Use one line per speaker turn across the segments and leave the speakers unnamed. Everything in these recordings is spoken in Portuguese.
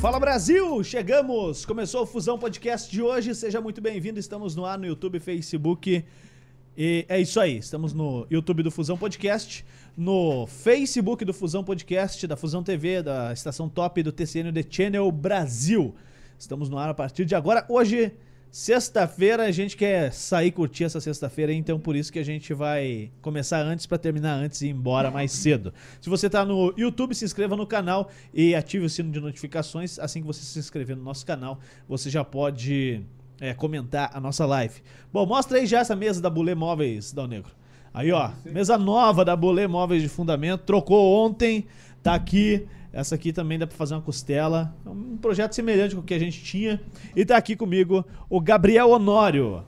Fala Brasil, chegamos! Começou o Fusão Podcast de hoje, seja muito bem-vindo. Estamos no ar no YouTube, Facebook. E é isso aí, estamos no YouTube do Fusão Podcast, no Facebook do Fusão Podcast, da Fusão TV, da Estação Top do TCN The Channel Brasil. Estamos no ar a partir de agora. Hoje, sexta-feira, a gente quer sair curtir essa sexta-feira, então por isso que a gente vai começar antes para terminar antes e ir embora mais cedo. Se você está no YouTube, se inscreva no canal e ative o sino de notificações. Assim que você se inscrever no nosso canal, você já pode é, comentar a nossa live. Bom, mostra aí já essa mesa da Bulê Móveis, Dal Negro. Aí, ó, mesa nova da Bulê Móveis de Fundamento. Trocou ontem, tá aqui. Essa aqui também dá pra fazer uma costela. É um projeto semelhante com o que a gente tinha. E tá aqui comigo o Gabriel Honório.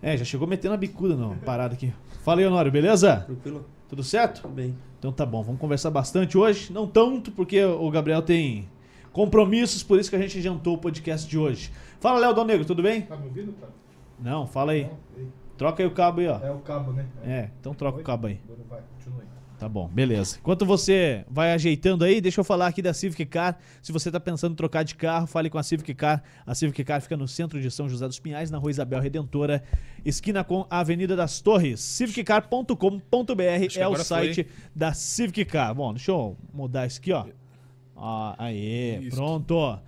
É, já chegou metendo a bicuda, não, parada aqui. Fala aí, Honório, beleza?
Tranquilo?
Tudo certo?
Tudo bem.
Então tá bom, vamos conversar bastante hoje. Não tanto, porque o Gabriel tem compromissos, por isso que a gente adiantou o podcast de hoje. Fala, Léo Dal Negro, tudo bem?
Tá me ouvindo, cara?
Não, fala aí.
Não? Ei,
Troca aí o cabo aí, ó.
É o cabo, né?
É, então troca o cabo aí.
Agora vai, continua aí.
Tá bom, beleza. Enquanto você vai ajeitando aí, deixa eu falar aqui da Civic Car. Se você tá pensando em trocar de carro, fale com a Civic Car. A Civic Car fica no centro de São José dos Pinhais, na Rua Isabel Redentora, esquina com a Avenida das Torres. civiccar.com.br
que
é o
agora foi,
site da Civic Car. Bom, deixa eu mudar isso aqui, ó. ó aí,
Isso.
pronto.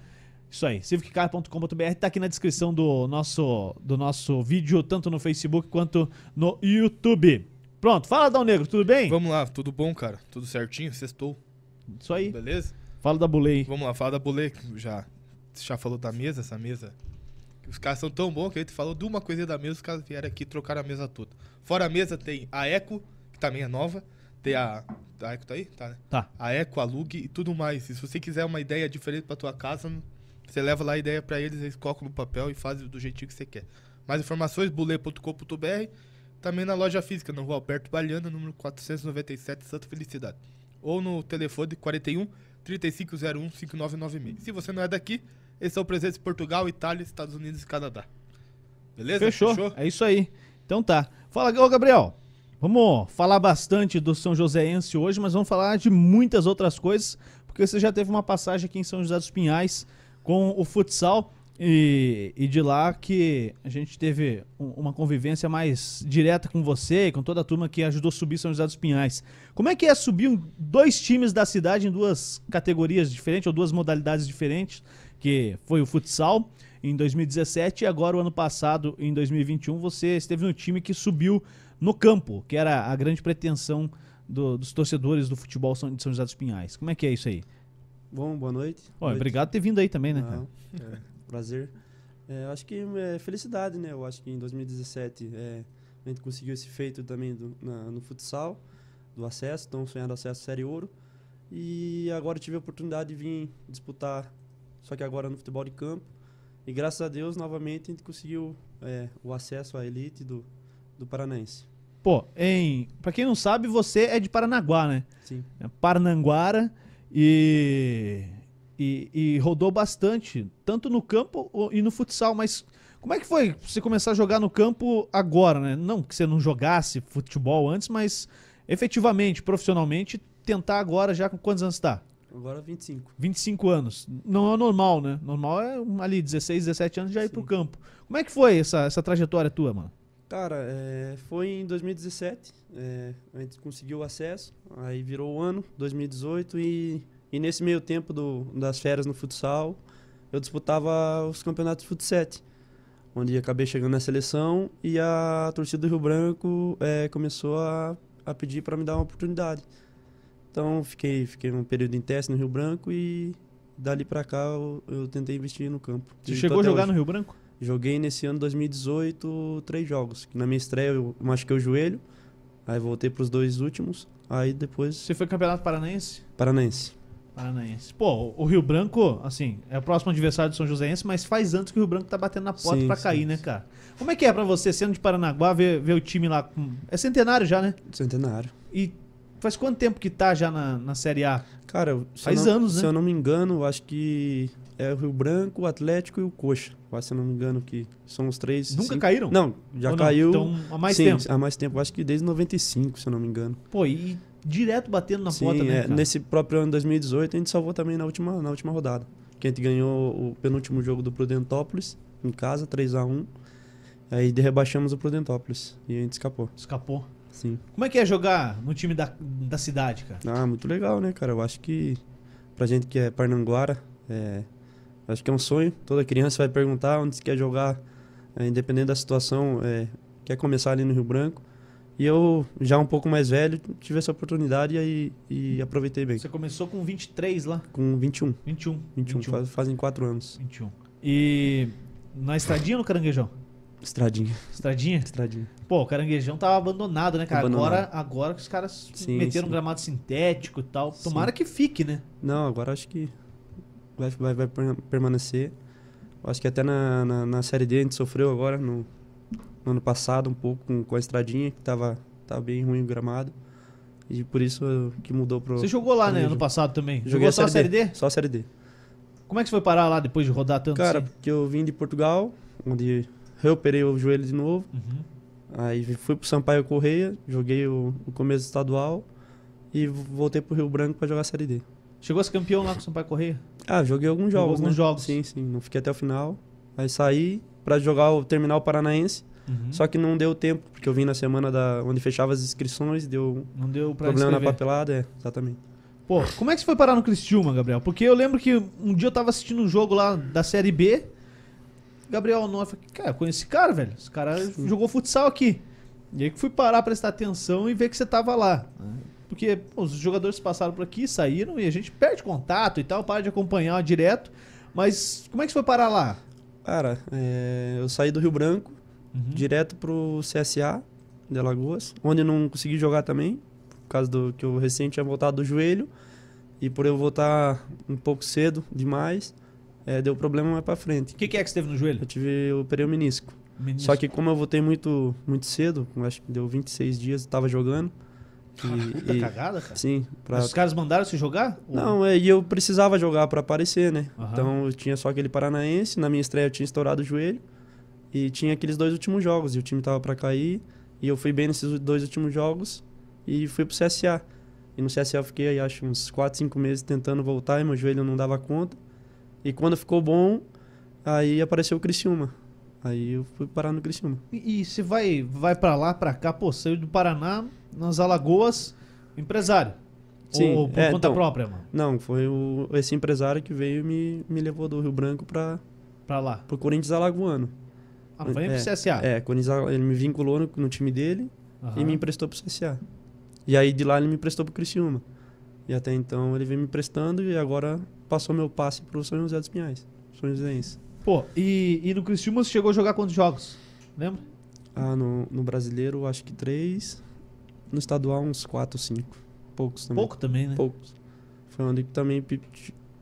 Isso aí, civiccar.com.br tá aqui na descrição do nosso, do nosso vídeo, tanto no Facebook quanto no YouTube. Pronto, fala, Dal Negro, tudo bem?
Vamos lá, tudo bom, cara? Tudo certinho? Sextou,
Isso aí.
beleza?
Fala da Bulei.
Vamos lá, fala da Bolê, que já, já falou da mesa, essa mesa. que Os caras são tão bons que a gente falou de uma coisinha da mesa, os caras vieram aqui e trocaram a mesa toda. Fora a mesa tem a Eco, que também é nova, tem a... A Eco tá aí? Tá, né?
Tá.
A Eco, a Lug e tudo mais. E se você quiser uma ideia diferente pra tua casa, você leva lá a ideia pra eles, eles colocam no papel e fazem do jeitinho que você quer. Mais informações, bule.com.br. Também na loja física, na rua Alberto Baliana, número 497, Santo Felicidade. Ou no telefone 41 3501 5996. Se você não é daqui, eles são presentes em Portugal, Itália, Estados Unidos e Canadá. Beleza?
Fechou. É isso aí. Então tá. Fala, ô Gabriel. Vamos falar bastante do São Joséense hoje, mas vamos falar de muitas outras coisas, porque você já teve uma passagem aqui em São José dos Pinhais com o futsal e, e de lá que a gente teve um- uma convivência mais direta com você e com toda a turma que ajudou a subir São José dos Pinhais. Como é que é subir um- dois times da cidade em duas categorias diferentes ou duas modalidades diferentes, que foi o futsal em 2017 e agora o ano passado, em 2021, você esteve no time que subiu no campo, que era a grande pretensão do- dos torcedores do futebol São- de São José dos Pinhais. Como é que é isso aí?
Bom, boa noite.
Ó,
Boa noite.
obrigado por ter vindo aí também, né? cara?
Não, é, prazer. É, eu acho que é felicidade, né? Eu acho que em 2017 é, a gente conseguiu esse feito também do- na- no futsal, do acesso, tão sonhado acesso à Série Ouro. E agora eu tive a oportunidade de vir disputar, só que agora no futebol de campo. E graças a Deus, novamente, a gente conseguiu é, o acesso à elite do, do Paranaense.
Pô, em, pra quem não sabe, você é de Paranaguá, né?
Sim.
É Parnanguara e, e, e rodou bastante, tanto no campo o- e no futsal, mas como é que foi você começar a jogar no campo agora, né? Não que você não jogasse futebol antes, mas efetivamente, profissionalmente, tentar agora já com quantos anos tá?
Agora 25.
25 anos. Não é o normal, né? Normal é um- ali 16, 17 anos já ir
Sim.
pro campo. Como é que foi essa, essa trajetória tua, mano?
Cara, é, foi em 2017, é, a gente conseguiu o acesso, aí virou o ano, 2018, e, e nesse meio tempo do, das férias no futsal, eu disputava os campeonatos de futsal, onde acabei chegando na seleção e a torcida do Rio Branco é, começou a, a pedir para me dar uma oportunidade. Então fiquei, fiquei um período em teste no Rio Branco e dali para cá eu, eu tentei investir no campo.
Você chegou a jogar no Rio Branco?
Joguei nesse ano 2018 três jogos. que Na minha estreia eu machuquei o joelho, aí voltei pros dois últimos, aí depois
Você foi campeonato paranaense?
Paranense.
Paranaense. Pô, o Rio Branco, assim, é o próximo adversário do São Joséense, mas faz anos que o Rio Branco tá batendo na porta
Sim,
pra
sim,
cair, né, cara? Como é que é pra você, sendo de Paranaguá, ver, ver o time lá com... É centenário já, né?
Centenário.
E faz quanto tempo que tá já na, na Série A?
Cara, eu- se eu
Faz
não-
anos, né?
Se eu não me engano, eu acho que é o Rio Branco, o Atlético e o Coxa. Eu acho, Se eu não me engano, que são os três.
Nunca
cinco-
caíram?
Não, já
Ou não?
caiu.
Então, há mais
sim,
tempo.
Há mais tempo, eu acho que desde 95, se eu não me engano.
Pô, e direto batendo na
sim,
porta, né,
é,
cara?
nesse próprio ano 2018 a gente salvou também na última, na última rodada. que a gente ganhou o penúltimo jogo do Prudentópolis, em casa, 3 a 1 Aí de- rebaixamos o Prudentópolis e a gente escapou.
Escapou.
Sim.
Como é que é jogar no time da, da cidade, cara?
Ah, muito legal, né, cara? Eu acho que pra gente que é parnanguara, é, eu acho que é um sonho. Toda criança vai perguntar onde se quer jogar, é, independente da situação, é, quer começar ali no Rio Branco. E eu, já um pouco mais velho, tive essa oportunidade e, aí- e aproveitei bem.
Você começou com 23 lá.
Com 21.
21.
21, faz- fazem 4 anos.
21. E na estradinha ou no Caranguejão?
Estradinha,
Estradinha?
estradinha.
Pô, o Caranguejão tava abandonado, né, cara?
Abandonado.
Agora, agora que os caras
Sim,
meteram um
sim.
gramado sintético e tal. Tomara que fique, né?
Não, agora acho que vai, vai, vai per- permanecer. Acho que até na, na, na Série D a gente sofreu agora, no, no ano passado, um pouco com, com a estradinha, que tava, tava bem ruim o gramado. E por isso que mudou pro...
Você jogou lá, né,
Caranguejão.
ano passado também.
Joguei
jogou só a Série D? Então,
Só a Série D.
Como é que você foi parar lá depois de rodar tanto
Cara,
assim?
porque eu vim de Portugal, onde reoperei o joelho de novo.
Uhum.
Aí fui pro Sampaio Correia, joguei o, o começo estadual e vo- voltei pro Rio Branco pra jogar a Série D.
Chegou a ser campeão lá com o Sampaio Correia?
Ah, joguei alguns
Jogou
jogos.
alguns
né?
jogos.
Sim, sim. Não fiquei até o final. Aí saí pra jogar o terminal paranaense.
Uhum.
Só que não deu tempo, porque eu vim na semana da, onde fechava as inscrições, deu
Não deu pra
problema na
escrever.
papelada, é, exatamente.
Pô, como é que você foi parar no Criciúma, Gabriel? Porque eu lembro que um dia eu tava assistindo um jogo lá da Série B. Gabriel Nova, falei, cara, eu conheci esse cara, velho. Esse cara jogou futsal aqui. E aí que fui parar, prestar atenção e ver que você tava lá. Porque pô, os jogadores passaram por aqui, saíram e a gente perde contato e tal, para de acompanhar direto. Mas como é que você foi parar lá?
Cara, é, eu saí do Rio Branco,
Uhum.
Uhum. direto pro CSA de Alagoas, onde eu não consegui jogar também, por causa do que eu recente tinha voltado do joelho. E por eu voltar um pouco cedo demais, é, deu problema mais pra frente.
O que, que é que você teve no joelho?
Eu tive, eu operei o menisco.
Menisco.
Só que como eu voltei muito, muito cedo, acho que deu 26 dias, eu tava jogando. E,
Puta
e-
cagada, cara.
sim, pra...
Mas os caras mandaram você jogar?
Não, é, e eu precisava jogar pra aparecer, né?
Aham.
Então eu tinha só aquele paranaense, na minha estreia eu tinha estourado o joelho. E tinha aqueles dois últimos jogos, e o time tava pra cair. E eu fui bem nesses dois últimos jogos e fui pro CSA. E no CSA eu fiquei aí, acho, uns 4, 5 meses tentando voltar e meu joelho não dava conta. E quando ficou bom, aí apareceu o Criciúma. Aí eu fui parar no Criciúma.
E e você vai, vai para lá, pra cá, pô, saiu do Paraná, nas Alagoas, empresário.
Sim,
Ou por
é,
conta
então.
própria, mano.
Não, foi o- esse empresário que veio e me, me levou do Rio Branco para
Pra lá.
o Corinthians Alagoano.
Ah, foi pro
É,
CSA.
É, Corinthians, Ala- ele me vinculou no, no time dele
Aham.
e me emprestou pro CSA. E aí de lá ele me emprestou pro Criciúma. E até então ele vem me emprestando e agora passou meu passe pro São José dos Pinhais. São Joséense.
Pô, e, e no Criciúma você chegou a jogar quantos jogos? Lembra?
Ah, no, no brasileiro acho que três. No estadual uns quatro, cinco. Poucos também.
Pouco também, né?
Poucos. Foi onde que também pe-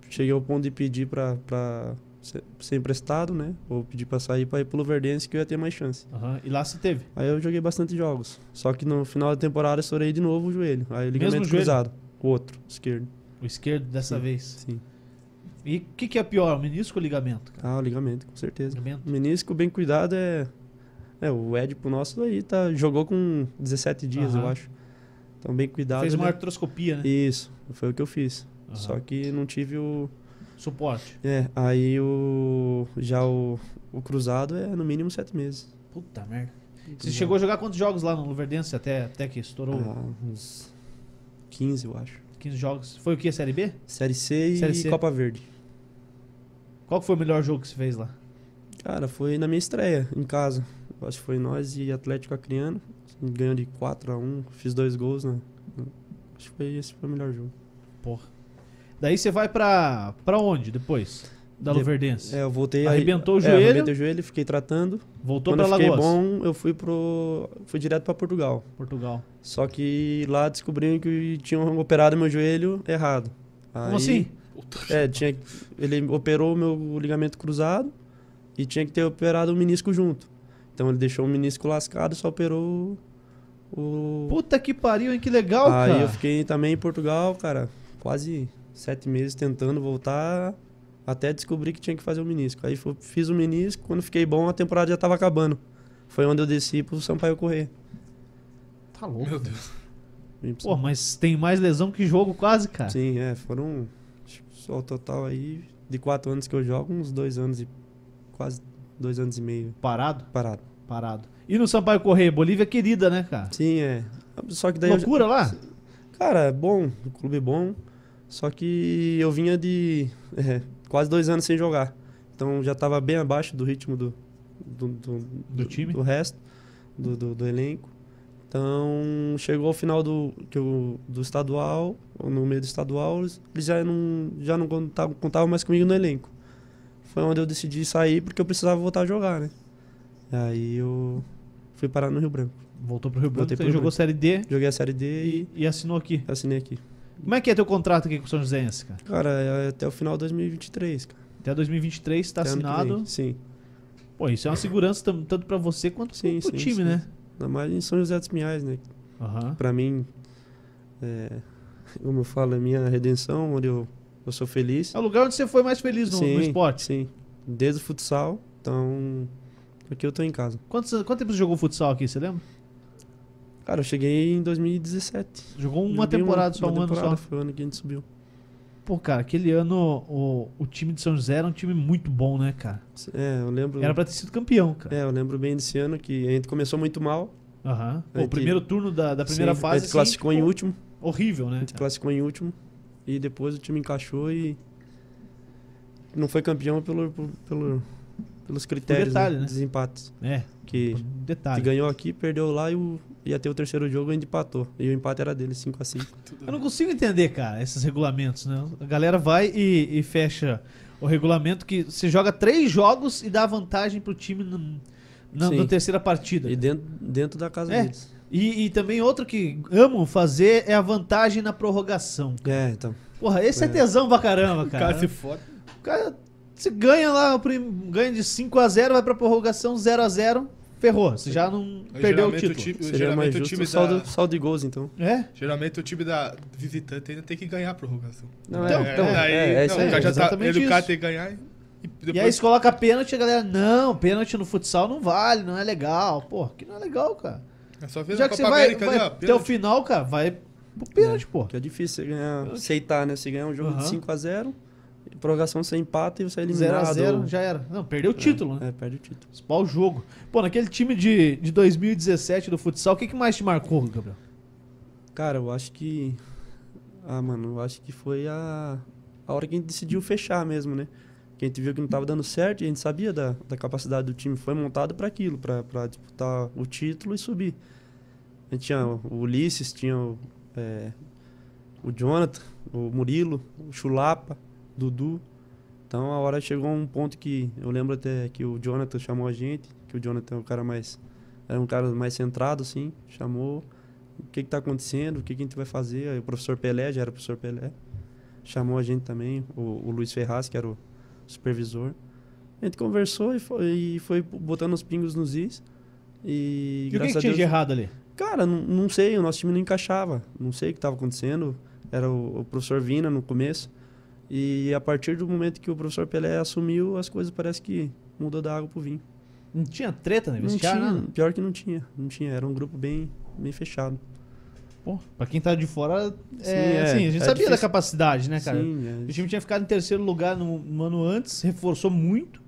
cheguei ao ponto de pedir pra, pra ser, ser emprestado, né? Ou pedir pra sair pra ir pro Luverdense que eu ia ter mais chance.
Aham, E lá você teve.
Aí eu joguei bastante jogos. Só que no final da temporada eu estourei de novo o joelho. Aí o ligamento
Mesmo joelho?
cruzado. O outro, esquerdo.
O esquerdo dessa
Sim.
vez.
Sim.
E o que, que é pior, o menisco ou o ligamento? Cara?
Ah, o ligamento, com certeza.
Ligamento.
O menisco bem cuidado é. É, o Edipo nosso aí tá, jogou com 17 dias, eu
Aham.
acho. Então, bem cuidado.
Fez
ele-
uma artroscopia, né?
Isso, foi o que eu fiz.
Aham.
Só que não tive o.
Suporte.
É, aí o. Já o, o cruzado é no mínimo 7 meses.
Puta merda. Você
Cruzado.
chegou a jogar quantos jogos lá no Luverdense até, até que estourou
Ah, uns 15, eu acho.
15 jogos? Foi o que, Série B?
Série C
Série
e
C.
Copa Verde.
Qual que foi o melhor jogo que você fez lá?
Cara, foi na minha estreia, em casa. Eu Acho que foi nós e Atlético Acreano. Ganhou de 4x1, fiz dois gols, né? Acho que foi esse foi o melhor jogo.
Porra. Daí você vai pra, pra onde depois? Da
De-
Luverdense.
É, eu voltei...
Arrebentou o
é,
joelho?
arrebentei o joelho, fiquei tratando.
Voltou
Quando
pra
eu fiquei
Lagoas,
bom, eu fui pro... Fui direto pra Portugal.
Portugal.
Só que lá descobriram que tinham operado meu joelho errado.
Como
Aí-
assim?
É, tinha, ele operou o meu ligamento cruzado e tinha que ter operado o menisco junto. Então ele deixou o menisco lascado e só operou o...
Puta que pariu, hein? Que legal,
Aí
cara.
eu fiquei também em Portugal, cara, quase sete meses tentando voltar, até descobrir que tinha que fazer o menisco. Aí fu- fiz o menisco, quando fiquei bom, a temporada já tava acabando. Foi onde eu desci pro Sampaio correr.
Tá louco.
Meu Deus.
Vim pro
Pô, mas tem mais lesão que jogo quase, cara.
Sim, é, foram Acho que Só o total aí, de quatro anos que eu jogo, uns dois anos e quase dois anos e meio
Parado?
parado.
Parado. E no Sampaio Correia, Bolívia querida, né, cara?
Sim, é. Só que daí eu já-
Loucura lá?
Cara, é bom, um clube bom. Só que eu vinha de é, quase dois anos sem jogar. Então já tava bem abaixo do ritmo do, do, do,
Do time?
do resto, do, do, do elenco. Então chegou ao final do, que o- do estadual, ou no meio do estadual, eles eles já não, já não contavam, contavam mais comigo no elenco. Foi onde eu decidi sair porque eu precisava voltar a jogar, né? Aí eu fui parar no Rio Branco.
Voltou pro Rio Branco,
Voltei pro
então
Rio
jogou
Branco.
Série D
Joguei a Série D e
e, e assinou aqui.
assinei aqui.
Como é que é teu contrato aqui com o São Joséense, cara?
Cara, é até o final de 2023, cara.
Até 2023 tá
Até ano que
assinado.
vem. Sim.
Pô, isso é uma segurança tam- tanto pra você quanto
Sim,
pro, pro
sim,
time,
sim.
né?
Ainda mais em São José dos Pinhais, né?
Aham.
Pra mim, é, como eu falo, é minha redenção, onde eu, eu sou feliz.
É o lugar onde você foi mais feliz no, no esporte.
Sim. Desde o futsal, então aqui eu tô em casa.
Quantos, quanto tempo você jogou futsal aqui, você lembra?
Cara, eu cheguei em 2017.
Jogou uma
Joguei
temporada só,
uma
um ano só.
temporada, Foi o ano que a gente subiu.
Pô, cara, aquele ano o, o time de São José era um time muito bom, né, cara?
É, eu lembro.
Era pra ter sido campeão, cara.
É, eu lembro bem desse ano que a gente começou muito mal.
Aham. Pô,
Aí
o
te-
primeiro turno da, da primeira
É. Sim,
fase.
A gente classificou
assim,
em
pô,
último.
Horrível, né?
A gente classificou em último. E depois o time encaixou e. Não foi campeão pelo, por- pelo- pelos critérios.
detalhe, né?
Dos empates.
É,
Que,
pô,
que
detalhe.
ganhou aqui, perdeu lá e o, ia ter o terceiro jogo e ainda empatou. E o empate era dele, 5x5.
Eu não consigo entender, cara, esses regulamentos, né? A galera vai e, e fecha o regulamento que você joga três jogos e dá vantagem pro time no- na,
Sim.
na terceira partida.
E
E,
dentro, dentro da casa
É.
deles.
e também outro que amo fazer é a vantagem na prorrogação.
É, então.
Porra, esse é,
É.
tesão pra caramba,
O cara
cara.
se foda.
O cara, você ganha lá, o prim- ganha de 5x0, vai pra prorrogação 0x0, ferrou. Você já não
Aí,
perdeu o
geralmente
título.
time-
Seria mais
geralmente o
justo
time
o saldo,
da,
saldo de gols, então.
É?
Geralmente o time da visitante ainda tem que ganhar a prorrogação.
Não,
Então,
é,
então,
daí,
é, é
não,
isso
o
aí,
cara já tá,
exatamente
ele, o cara
isso.
tem que ganhar e e depois
E é aí você coloca pênalti e a galera, não, pênalti no futsal não vale, não é legal. Pô, que não é legal, cara.
é só ver
Já
na
que
Copa
você vai,
América,
vai
né, ó,
até o
pênalti.
final, cara, vai pro pênalti, pô.
Que é difícil você ganhar, aceitar, né? Você ganhar um jogo
Aham.
de 5x0, prorrogação você empata e você é eliminado.
0x0 já era. Não, perdeu o título, né?
É, perde o título.
Principal o jogo. Pô, naquele time de, de 2017 do futsal, o que, que mais te marcou, Gabriel?
Cara, eu acho que. Ah, mano, eu acho que foi a, a hora que a gente decidiu fechar mesmo, né? Que a gente viu que não tava dando certo e a gente sabia da, da capacidade do time. Foi montado para aquilo, para disputar o título e subir. A gente tinha o Ulisses, tinha o, é, o Jonathan, o Murilo, o Chulapa, Dudu. Então a hora chegou um ponto que eu lembro até que o Jonathan chamou a gente, que o Jonathan é um cara mais. Era um cara mais centrado, assim, chamou o que está acontecendo, o que, que a gente vai fazer. Aí o professor Pelé, já era o professor Pelé, chamou a gente também, o, o Luiz Ferraz, que era o supervisor. A gente conversou e foi, e foi botando os pingos nos is.
E,
E,
o que que,
graças a
tinha
Deus,
de errado ali?
Cara, não, não sei, o nosso time não encaixava. Não sei o que estava acontecendo. Era o, o professor Vina no começo. E a partir do momento que o professor Pelé assumiu, as coisas parece que mudou da água pro vinho.
Não tinha treta, né?
Não tinha,
Vestiário, nada.
pior que não tinha, não tinha, era um grupo bem, bem fechado.
Pô, pra quem tá de fora, é,
Sim, é,
assim, a gente
é
sabia da
difícil.
capacidade, né, cara?
Sim,
O
é,
time tinha ficado em terceiro lugar no, no ano antes, reforçou muito.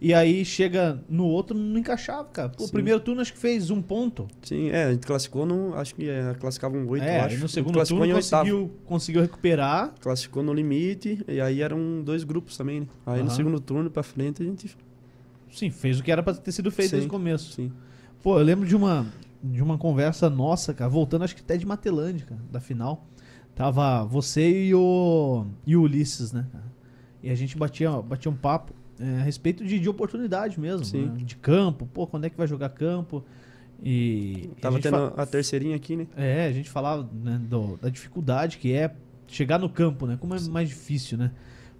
E aí chega no outro, não encaixava, cara. Pô, o
Sim.
primeiro turno acho que fez um ponto.
sim, é, a gente classificou no, acho que é, classificavam oito,
é, aí
eu acho.
no
A gente
segundo
classificou
turno
em oitavo.
conseguiu, conseguiu recuperar.
Classificou no limite, e aí eram dois grupos também, né? Aí no
Aham.
segundo turno pra frente a gente,
Sim, fez o que era pra ter sido feito
Sim.
desde o começo.
sim.
Pô, eu lembro de uma, de uma conversa nossa, cara, voltando acho que até de Matelândia, cara, da final. Tava você e o, e o Ulisses, né, cara? E a gente batia, batia um papo é, a respeito de, de oportunidade mesmo,
Sim.
né? de campo, pô, quando é que vai jogar campo? E. e a
Tava
gente
tendo
fa-
a terceirinha aqui, né?
É, a gente falava né, do- da dificuldade que é chegar no campo, né? Como é mais difícil, né?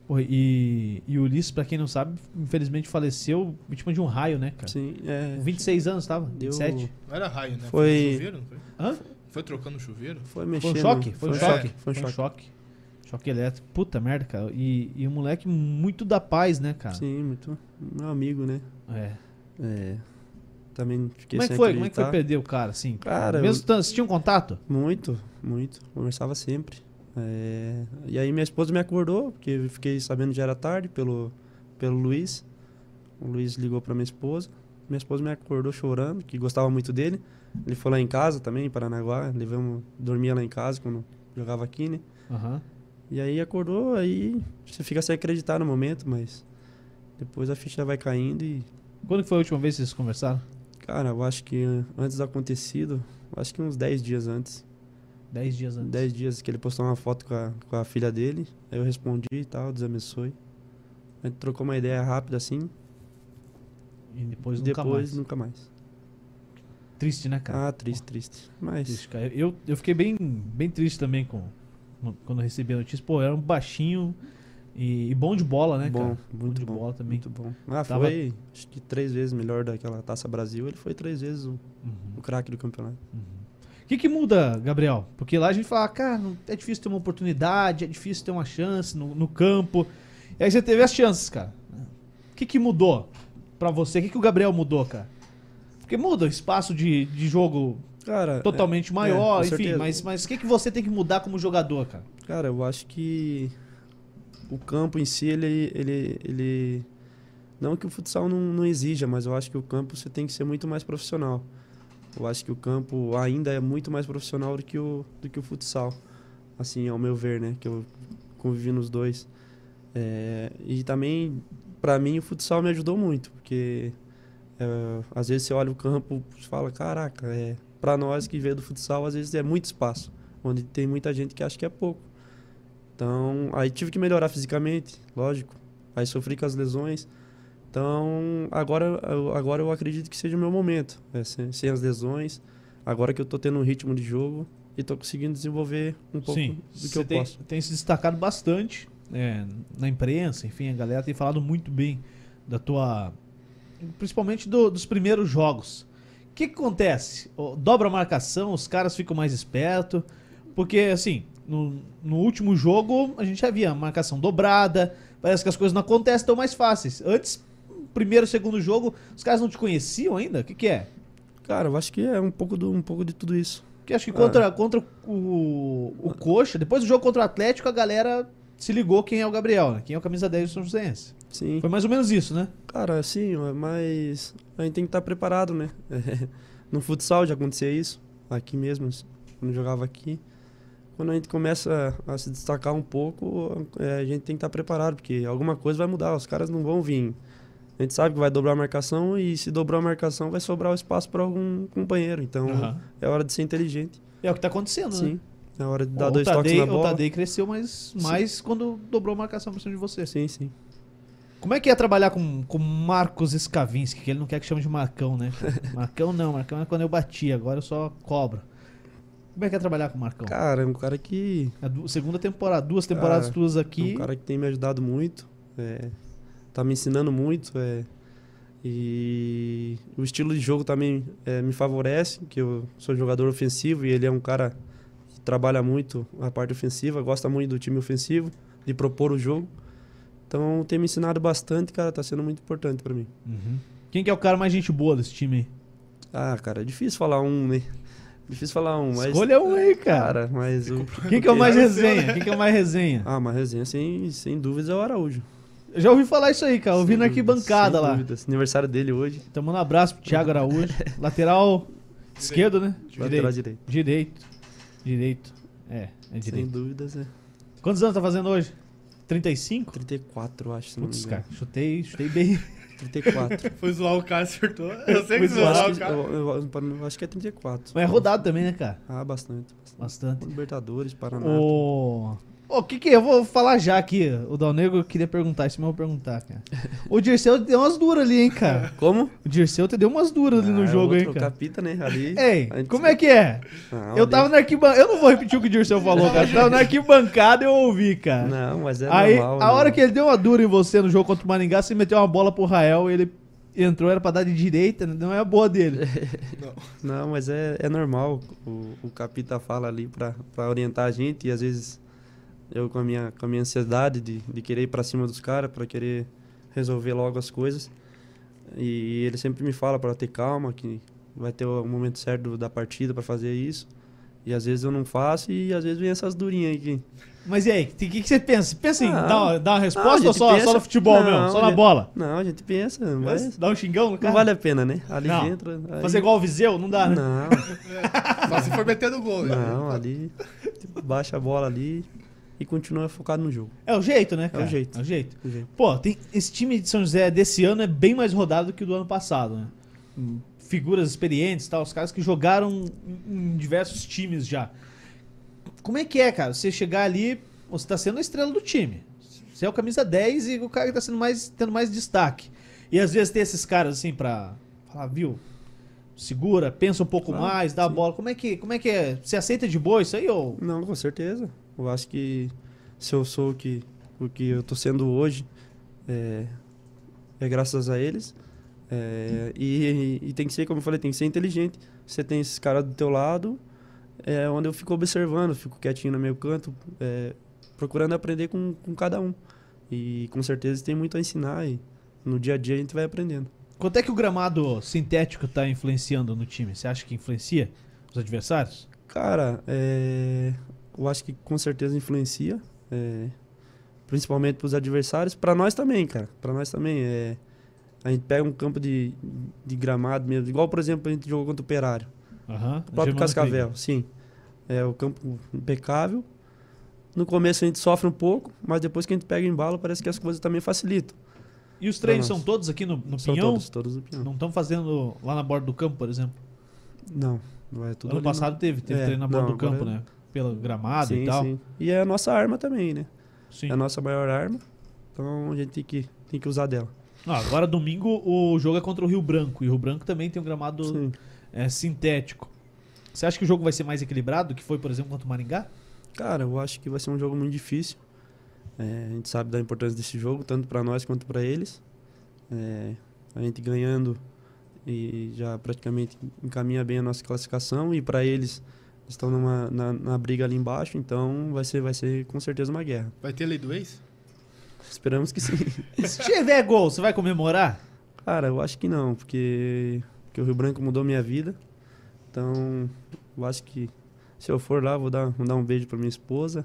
Pô, e, e o Ulisses, pra quem não sabe, infelizmente faleceu vítima de um raio, né, cara?
Sim, é,
Com 26 anos, tava?
Deu-
27?
Não era raio, né?
Foi-
no chuveiro, não foi?
Hã?
Foi trocando chuveiro?
foi mexendo.
Foi um choque? Foi um
É,
choque.
Foi um choque.
choque. Choque elétrico. Puta merda, cara. E, e o moleque muito da paz, né, cara?
Sim, muito, meu amigo, né?
É.
É, também fiquei
Como é que
sem
foi? Como é que foi
acreditar.
perder o cara, assim?
tá- Cara, eu-
Mesmo tanto, você tinha um contato?
Muito, muito. Conversava sempre. É, e aí minha esposa me acordou, porque eu fiquei sabendo que já era tarde pelo, pelo Luiz. O Luiz ligou para minha esposa. Minha esposa me acordou chorando, que gostava muito dele. Ele foi lá em casa também, em Paranaguá. Levamos, dormia lá em casa quando jogava aqui, né?
Aham.
E aí acordou, aí você fica sem acreditar no momento, mas depois a ficha vai caindo e,
Quando que foi a última vez que vocês conversaram?
cara, eu acho que eh, antes do acontecido, eu acho que uns 10 dias antes.
Dez dias antes.
10 dias que ele postou uma foto com a, com a filha dele. Aí eu respondi e tal, desabençoe. A gente trocou uma ideia rápida assim.
E depois
e
nunca
depois
mais.
nunca mais.
Triste, né, cara?
Ah, triste, triste. Mas.
Triste, cara. Eu, eu fiquei bem, bem triste também com, quando eu recebi a notícia. Pô, era um baixinho e, e bom de bola, né,
bom,
cara?
muito
de
bom.
bola também.
Muito bom. Ah,
Tava-
foi acho que três vezes melhor daquela Taça Brasil. Ele foi três vezes o,
Uhum.
o craque do campeonato.
O que, que muda, Gabriel? Porque lá a gente fala, ah, cara, não- é difícil ter uma oportunidade, é difícil ter uma chance no, no campo. E aí você teve as chances, cara. O que, que mudou pra você? O que, que o Gabriel mudou, cara? Porque muda o espaço de, de jogo
Cara, é-
totalmente maior,
com
enfim,
certeza.
mas, mas o que, que você tem que mudar como jogador, cara?
Cara, eu acho que o campo em si, ele. ele, ele... Não que o futsal não, não exija, mas eu acho que o campo você tem que ser muito mais profissional. Eu acho que o campo ainda é muito mais profissional do que o, do que o futsal. Assim, ao meu ver, né? Que eu convivi nos dois. É, e também, pra mim, o futsal me ajudou muito, porque é, às vezes você olha o campo e fala: caraca, é, pra nós que veio do futsal, às vezes é muito espaço, onde tem muita gente que acha que é pouco. Então, aí tive que melhorar fisicamente, lógico. Aí sofri com as lesões. Então, agora, eu- agora eu acredito que seja o meu momento, é, sem, sem as lesões. Agora que eu tô tendo um ritmo de jogo e tô conseguindo desenvolver um pouco do que
você
eu
tem,
posso.
tem se destacado bastante é, na imprensa, enfim, a galera tem falado muito bem da tua. Principalmente do- dos primeiros jogos. O que, que acontece? Ó, Dobra a marcação, os caras ficam mais espertos. Porque, assim, no, no último jogo a gente já via marcação dobrada, parece que as coisas não acontecem tão mais fáceis. Antes, primeiro, segundo jogo, os caras não te conheciam ainda? O que, que é?
Cara, eu acho que é um pouco, do, um pouco de tudo isso.
Porque acho que contra,
Ah.
contra o, o Coxa, depois do jogo contra o Atlético, a galera se ligou quem é o Gabriel, né? Quem é o camisa 10 do São Joséense.
Sim.
Foi mais ou menos isso, né?
Cara, sim, mas a gente tem que estar preparado, né? No futsal já acontecia isso, aqui mesmo, quando eu jogava aqui. Quando a gente começa a se destacar um pouco, é, a gente tem que estar preparado, porque alguma coisa vai mudar, os caras não vão vir. A gente sabe que vai dobrar a marcação e se dobrou a marcação vai sobrar o espaço para algum companheiro. Então
Aham.
é hora de ser inteligente.
É o que tá acontecendo, né?
Sim. É hora de dar
o
dois toques
Tadei,
na
o
bola.
Tadei cresceu mais, mais quando dobrou a marcação por cima de você.
Sim, sim.
Como é que é trabalhar com, com Marcos Skavinski, que ele não quer que chame de Marcão, né? Marcão não, Marcão é quando eu bati, agora eu só cobro. Como é que é trabalhar com o Marcão?
Cara, é um cara que
É a du- segunda temporada, duas temporadas
Cara,
tuas
É
aqui.
um cara que tem me ajudado muito, é, tá me ensinando muito, é, e o estilo de jogo também é, me favorece, que eu sou jogador ofensivo e ele é um cara que trabalha muito a parte ofensiva, gosta muito do time ofensivo, de propor o jogo. Então tem me ensinado bastante, cara, tá sendo muito importante pra mim.
Uhum. Quem que é o cara mais gente boa desse time?
Ah, cara, é difícil falar um, né? Difícil falar um, mas
Escolha um aí, cara.
cara, mas o
Quem que é o mais
Porque-
resenha? Quem que é o mais resenha?
ah, mas resenha sem, sem dúvidas é o Araújo.
Eu já ouvi falar isso aí, cara. Ouvi
Sem
na
dúvidas,
arquibancada
sem
lá.
dúvidas. Aniversário dele hoje.
Então, manda um abraço pro Thiago Araújo. lateral esquerdo, né?
Lateral
Direito.
direito.
Direito. Direito. É, é
Sem
direito.
dúvidas, é.
Quantos anos tá fazendo hoje? 35?
34, eu acho, se não me
Putz,
engano.
cara, chutei, chutei bem.
34.
Foi zoar o cara, acertou. Eu sei
Foi
que
zoar,
você vai
eu,
zoar
acho
o
que,
cara.
eu, eu- pra mim, eu acho que é 34.
Mas é rodado também, né, cara?
Ah, bastante.
Bastante.
Libertadores, Paraná.
O. O que que eu vou falar já aqui? O Dalnego eu queria perguntar, isso mesmo eu vou perguntar, cara. O Dirceu deu umas duras ali, hein, cara?
Como?
O
é
Dirceu te deu umas duras
Ah,
ali no jogo, hein, cara?
capita, né? Ali.
Ei, como é que é?
Não,
Eu
ali-
tava na arquibancada. Eu não vou repetir o que o Dirceu falou, cara. Eu tava na arquibancada e eu ouvi, cara.
Não, mas é
Aí,
normal.
a
né?
hora que ele deu uma dura em você no jogo contra o Maringá, você meteu uma bola pro Rael, ele entrou, era pra dar de direita, né? não é a boa dele.
Não, mas é, é normal. O, o capita fala ali pra, pra orientar a gente e às vezes eu com a minha, com a minha ansiedade de, de querer ir pra cima dos caras, pra querer resolver logo as coisas. E ele sempre me fala pra ter calma, que vai ter o momento certo da partida pra fazer isso. E às vezes eu não faço e às vezes vem essas durinhas aí que
Mas e aí, o que, que você pensa? Pensa em
Ah.
dar uma, dar uma resposta
gente
ou só,
pensa-
só no futebol
Não,
mesmo? Só na
gente-
bola?
Não, a gente pensa, não, vai-
Dá um xingão no
não
cara?
vale a pena, né? Ali
Não.
dentro. aí-
Fazer igual o Viseu? Não dá, né?
Não,
Só se for metendo gol, né?
não, ali. tipo, Baixa a bola ali e continua focado no jogo.
É o jeito, né, cara?
jeito.
É o jeito.
do jeito.
Pô, tem, esse time de São José desse ano é bem mais rodado do que o do ano passado, né? Hum, Figuras experientes e tal, os caras que jogaram em, em diversos times já. Como é que é, cara? Você chegar ali, você tá sendo a estrela do time. Você é o camisa 10 e o cara que tá sendo mais, tendo mais destaque. E às vezes tem esses caras assim pra falar, viu? Segura, pensa um pouco
Ah,
mais, dá a
sim.
bola. Como é que, como é que é? Você aceita de boa isso aí ou
Não, com certeza. Eu acho que se eu sou o que, o que eu tô sendo hoje, é, é graças a eles. É, e, e tem que ser, como eu falei, tem que ser inteligente. Você tem esses caras do teu lado, é onde eu fico observando, fico quietinho no meu canto, é, procurando aprender com, com cada um. E com certeza tem muito a ensinar e no dia a dia a gente vai aprendendo.
Quanto é que o gramado sintético tá influenciando no time? Você acha que influencia os adversários?
Cara, é, eu acho que com certeza influencia, é, principalmente para os adversários, para nós também, cara. Para nós também. É, a gente pega um campo de, de gramado mesmo, igual por exemplo a gente jogou contra o Operário,
Aham.
o próprio
Germano
Cascavel, sim. É o campo impecável. No começo a gente sofre um pouco, mas depois que a gente pega o embalo, parece que as coisas também facilitam.
Krieger. E os treinos são
Pra nós.
todos aqui no, no
São
Pinhão?
todos, todos no pinhão.
Não estão fazendo lá na borda do campo, por exemplo?
Não, não é tudo
ano
ali no-
passado teve, teve
É,
treino na borda
não,
do campo,
agora-
né? Pelo gramado
Sim,
e tal. Sim.
sim. E é a nossa arma também, né? É a nossa maior arma. Então a gente tem que, tem que usar dela.
Não, agora domingo o jogo é contra o Rio Branco. E o Rio Branco também tem um gramado
Sim.
é, sintético. Você acha que o jogo vai ser mais equilibrado do que foi, por exemplo, contra o Maringá?
Cara, eu acho que vai ser um jogo muito difícil. É, a gente sabe da importância desse jogo, tanto para nós quanto para eles. É, a gente ganhando e já praticamente encaminha bem a nossa classificação e para eles eles estão numa na, na briga ali embaixo, então vai ser vai ser com certeza uma guerra.
Vai ter lei do ex?
Esperamos que sim.
Se tiver gol, você vai comemorar?
Cara, eu acho que não, porque, porque o Rio Branco mudou minha vida. Então, eu acho que se eu for lá, vou dar, vou dar um beijo pra minha esposa,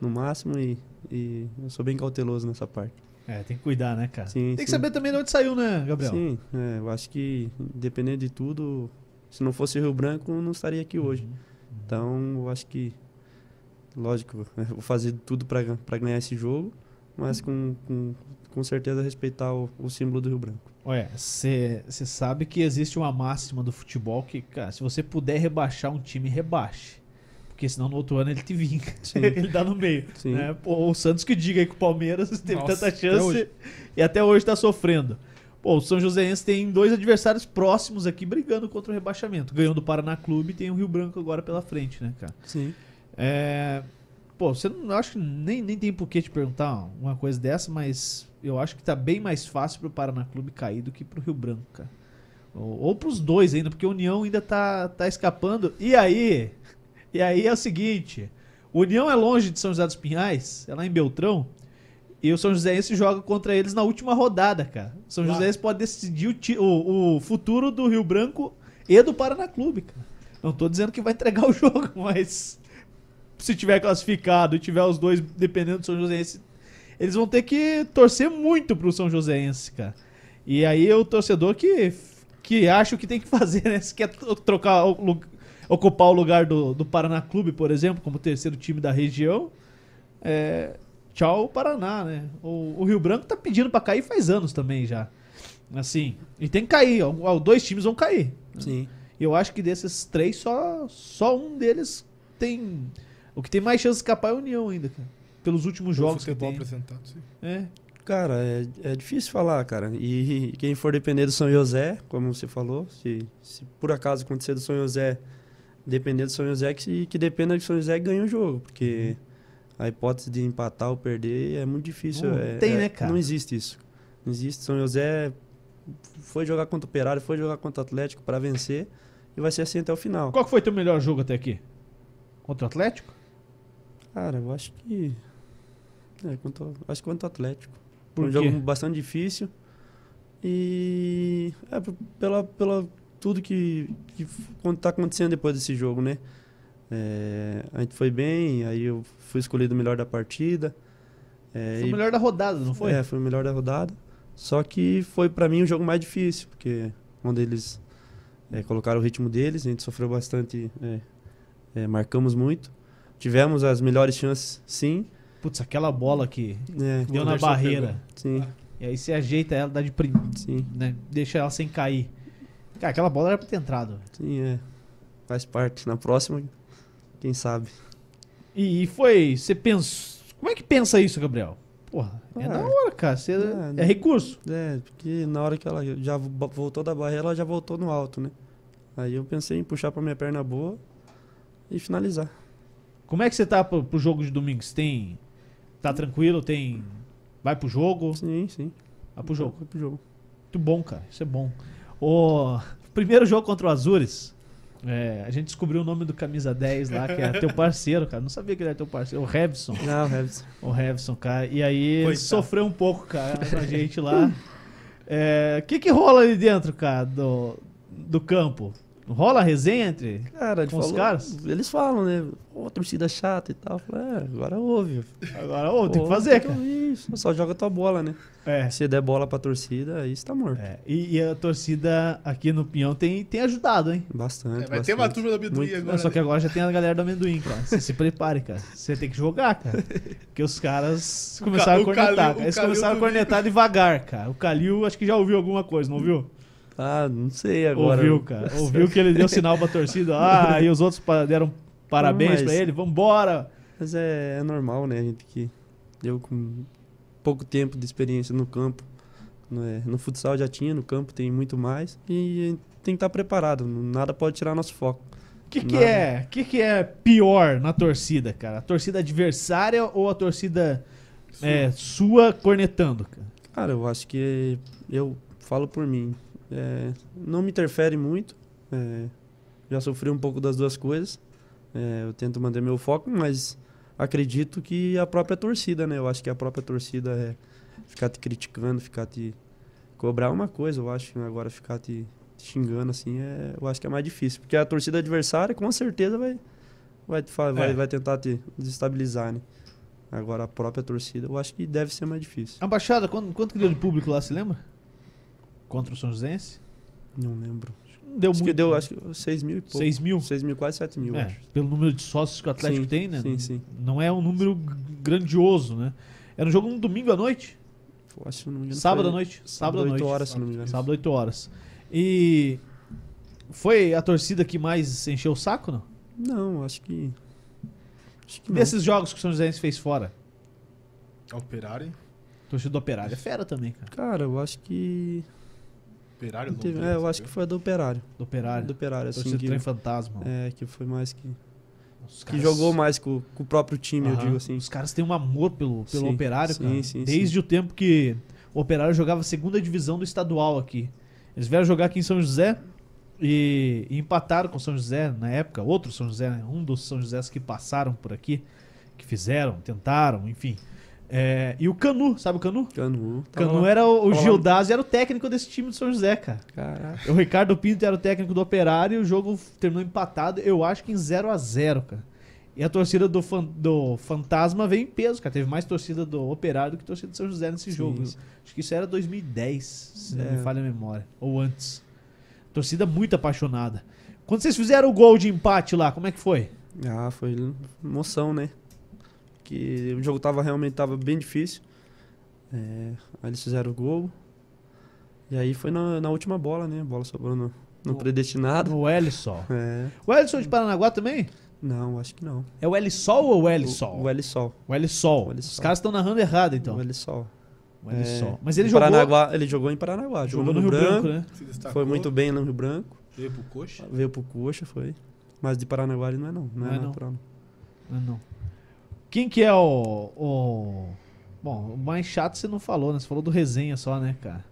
no máximo, e, e eu sou bem cauteloso nessa parte.
É, tem que cuidar, né, cara?
Sim,
tem que
sim.
saber também de onde saiu, né, Gabriel?
Sim, é, eu acho que, dependendo de tudo, se não fosse o Rio Branco, eu não estaria aqui hoje. Então, eu acho que, lógico, eu vou fazer de tudo pra pra ganhar esse jogo, mas com, com, com certeza respeitar o, o símbolo do Rio Branco.
Olha, você sabe que existe uma máxima do futebol que, cara, se você puder rebaixar um time, rebaixe. Porque senão no outro ano ele te vinga.
Sim.
ele dá no meio.
Sim.
né? Pô, o Santos que diga aí que o Palmeiras teve
Nossa,
tanta
até
chance
hoje.
e até hoje tá sofrendo. Pô, o São Joséense tem dois adversários próximos aqui brigando contra o rebaixamento. Ganhou do Paraná Clube e tem o Rio Branco agora pela frente, né, cara?
Sim.
É, Pô, você não eu acho que nem, nem tem por que te perguntar uma coisa dessa, mas eu acho que tá bem mais fácil pro Paraná Clube cair do que pro Rio Branco, cara. Ou, ou pros dois ainda, porque a União ainda tá, tá escapando. E aí? E aí é o seguinte: o União é longe de São José dos Pinhais, é lá em Beltrão. E o São Joséense joga contra eles na última rodada, cara. O São
Lá.
Joséense pode decidir o ti- o, o futuro do Rio Branco e do Paraná Clube, cara. Não tô dizendo que vai entregar o jogo, mas se tiver classificado e tiver os dois dependendo do São Joséense, eles vão ter que torcer muito pro São Joséense, cara. E aí é o torcedor que, que acha o que tem que fazer, né? Se quer tro- trocar, o lu- ocupar o lugar do, do Paraná Clube, por exemplo, como terceiro time da região, é, tchau o Paraná, né? O, o Rio Branco tá pedindo pra cair faz anos também já. Assim, e tem que cair, ó, ó, dois times vão cair.
Sim.
Eu acho que desses três, só, só um deles tem. O que tem mais chance de escapar é a União ainda, cara. Pelos últimos jogos que
futebol
tem.
apresentado, sim.
É.
Cara, é, é difícil falar, cara. E, quem for depender do São José, como você falou, se, se por acaso acontecer do São José, depender do São José, que, se- que dependa do São José ganha o jogo, porque a hipótese de empatar ou perder é muito difícil.
Não
é-
tem,
é-
né, cara?
Não existe isso. Não existe. São José foi jogar contra o Operário, foi jogar contra o Atlético para vencer e vai ser assim até o final.
Qual que foi teu melhor jogo até aqui? Contra o Atlético?
Cara, eu acho que. É, quanto, acho que quanto ao Atlético.
Por
um
quê?
jogo bastante difícil. E. É, p- pela, pela tudo que, que f- quando tá acontecendo depois desse jogo, né? É, a gente foi bem, aí eu fui escolhido o melhor da partida. É,
Foi o
e-
melhor da rodada, não foi?
É, foi o melhor da rodada. Só que foi pra mim o jogo mais difícil, porque onde eles é, colocaram o ritmo deles, a gente sofreu bastante, é, é, marcamos muito. Tivemos as melhores chances, sim.
Putz, aquela bola que
É,
deu na
Anderson
barreira. Ah.
sim,
E aí você ajeita ela, dá de prim...
sim,
né? deixa ela sem cair. Cara, aquela bola era pra ter entrado.
sim, é. Faz parte. Na próxima, quem sabe.
E, e foi. Você pensa. Como é que pensa isso, Gabriel? Porra, é
Ah,
na hora, cara. Você,
é,
é, recurso.
É, porque na hora que ela já vo- voltou da barreira, ela já voltou no alto, né? Aí eu pensei em puxar pra minha perna boa e finalizar.
Como é que você tá pro, pro jogo de domingo? Você tem. Tá tranquilo? Tem. Vai pro jogo?
Sim, sim.
Vai pro jogo.
Foi pro jogo.
Muito bom, cara. Isso é bom. O primeiro jogo contra o Azures. é, a gente descobriu o nome do camisa 10 lá, que era teu parceiro, cara. Não sabia que ele era teu parceiro. O Revson.
Não, Revs.
O Revson, cara. E aí ele
Coitado.
sofreu um pouco, cara, com a gente lá. É, O que que rola ali dentro, cara, do, do campo? Rola resenha entre?
Cara, ele
Com os
falou-
caras?
Eles falam, né? Ô, torcida chata e tal. Eu falei, é, agora ouve.
Agora, ô, tem que
Ô,
fazer,
tem que
cara.
ouvir isso. Só joga tua bola, né?
É.
Se der bola pra torcida, aí você tá morto.
é. E, e a torcida aqui no Pinhão tem, tem ajudado, hein?
Bastante.
É, vai ter uma
bastante.
turma do amendoim
Muito.
Não,
agora.
só que
né?
agora já tem a galera do amendoim, cara. Você se prepare, cara. Você tem que jogar, cara. Porque os caras
O
começaram a
Ca- o Calil-
cornetar. cara.
o
Eles
Calil
começaram a
domingo.
cornetar devagar, cara. O Calil acho que já ouviu alguma coisa, não ouviu?
Ah, não sei agora.
Ouviu, cara. Ouviu que ele deu sinal pra torcida. Ah, e os outros pa- deram parabéns
Mas-
pra ele. Vambora!
Mas é, é normal, né? A gente que. Eu com pouco tempo de experiência no campo. né, No futsal já tinha, no campo tem muito mais. E a gente tem que estar preparado. Nada pode tirar nosso foco.
O que, que
Nada.
é que, que é pior na torcida, cara? A torcida adversária ou a torcida é, sua cornetando, cara?
Cara, eu acho que eu falo por mim. É, não me interfere muito. é, já sofri um pouco das duas coisas. É, eu tento manter meu foco, mas acredito que a própria torcida, né? Eu acho que a própria torcida é ficar te criticando, ficar te cobrar uma coisa, eu acho. né? Agora ficar te xingando assim, é, eu acho que é mais difícil, porque a torcida adversária com certeza vai vai te fa- vai,
É.
vai tentar te desestabilizar, né? Agora a própria torcida, eu acho que deve ser mais difícil.
A Baixada, quanto, quanto que deu de público lá, você lembra? Contra o São Joséense?
Não lembro.
Não deu
acho
muito.
que deu, acho que 6 mil e pouco.
6 mil?
6 mil, quase 7 mil,
É,
acho.
pelo número de sócios que o Atlético
Sim,
tem, né?
sim, sim.
Não é um número grandioso, né? Era um jogo no domingo à noite?
Eu acho, se não me engano,
Sábado à
foi
noite?
Sábado,
Sábado à
8
noite.
horas, se não me engano.
Sábado, 8 horas. E foi a torcida que mais encheu o saco, não?
Não, acho que. Acho que não.
Desses jogos que o São José fez fora.
É Operário, hein?
Torcida do Operário. É fera também, cara.
Cara, eu acho que.
Operário né?
não teve-
Londrina,
é, eu acho que
viu?
foi a do Operário.
Do Operário.
Do Operário, assim.
torcida do
Que,
Trem Fantasma.
é, que foi mais que.
Os
Que
caras-
jogou mais com, com o próprio time, eu
Aham.
digo assim.
Os caras têm um amor pelo, pelo
Sim,
Operário,
sim,
cara.
sim,
Desde o tempo que o Operário jogava a segunda divisão do estadual aqui. Eles vieram jogar aqui em São José e, e empataram com o São José na época. Outro São José, né? um dos São Josés que passaram por aqui, que fizeram, tentaram, enfim. É, e o Canu, sabe o Canu?
Canu.
O
tava
Canu é
lá.
era o, o
tava lá.
Gildásio, era o técnico desse time do São José, cara.
Caraca.
O Ricardo Pinto era o técnico do Operário e o jogo terminou empatado, eu acho que em 0 a 0 cara. E a torcida do, fan- do Fantasma veio em peso, cara. Teve mais torcida do Operário do que torcida do São José nesse
Sim,
jogo.
sim.
Acho que isso era 2010, se não
É.
me falha a memória. Ou antes. Torcida muito apaixonada. Quando vocês fizeram o gol de empate lá, como é que foi?
Ah, foi emoção, né? Que o jogo tava realmente tava bem difícil. É, aí eles fizeram o gol. E aí foi na, na última bola, né? A bola sobrou no, no
No-
predestinado.
No Elisol.
É,
O Elisol de Paranaguá também?
não, acho que não.
É o Elisol ou o
O, o
Elisol?
L-Sol.
O Elisol.
O
Os
Elisol.
caras estão narrando errado, então.
O L-Sol.
O Elisol.
É,
Mas ele
em
jogou,
Paranaguá, ele jogou em Paranaguá.
jogou no Rio Branco, né?
Se destacou,
Foi muito bem no Rio Branco.
Veio pro coxa.
Veio pro Coxa, foi. Mas de Paranaguá ele não é não.
Não
Não,
é
é
não.
natural. não.
Ah, não. Quem que é o, o- Bom, o mais chato você não falou, né? Você falou do resenha só, né, cara?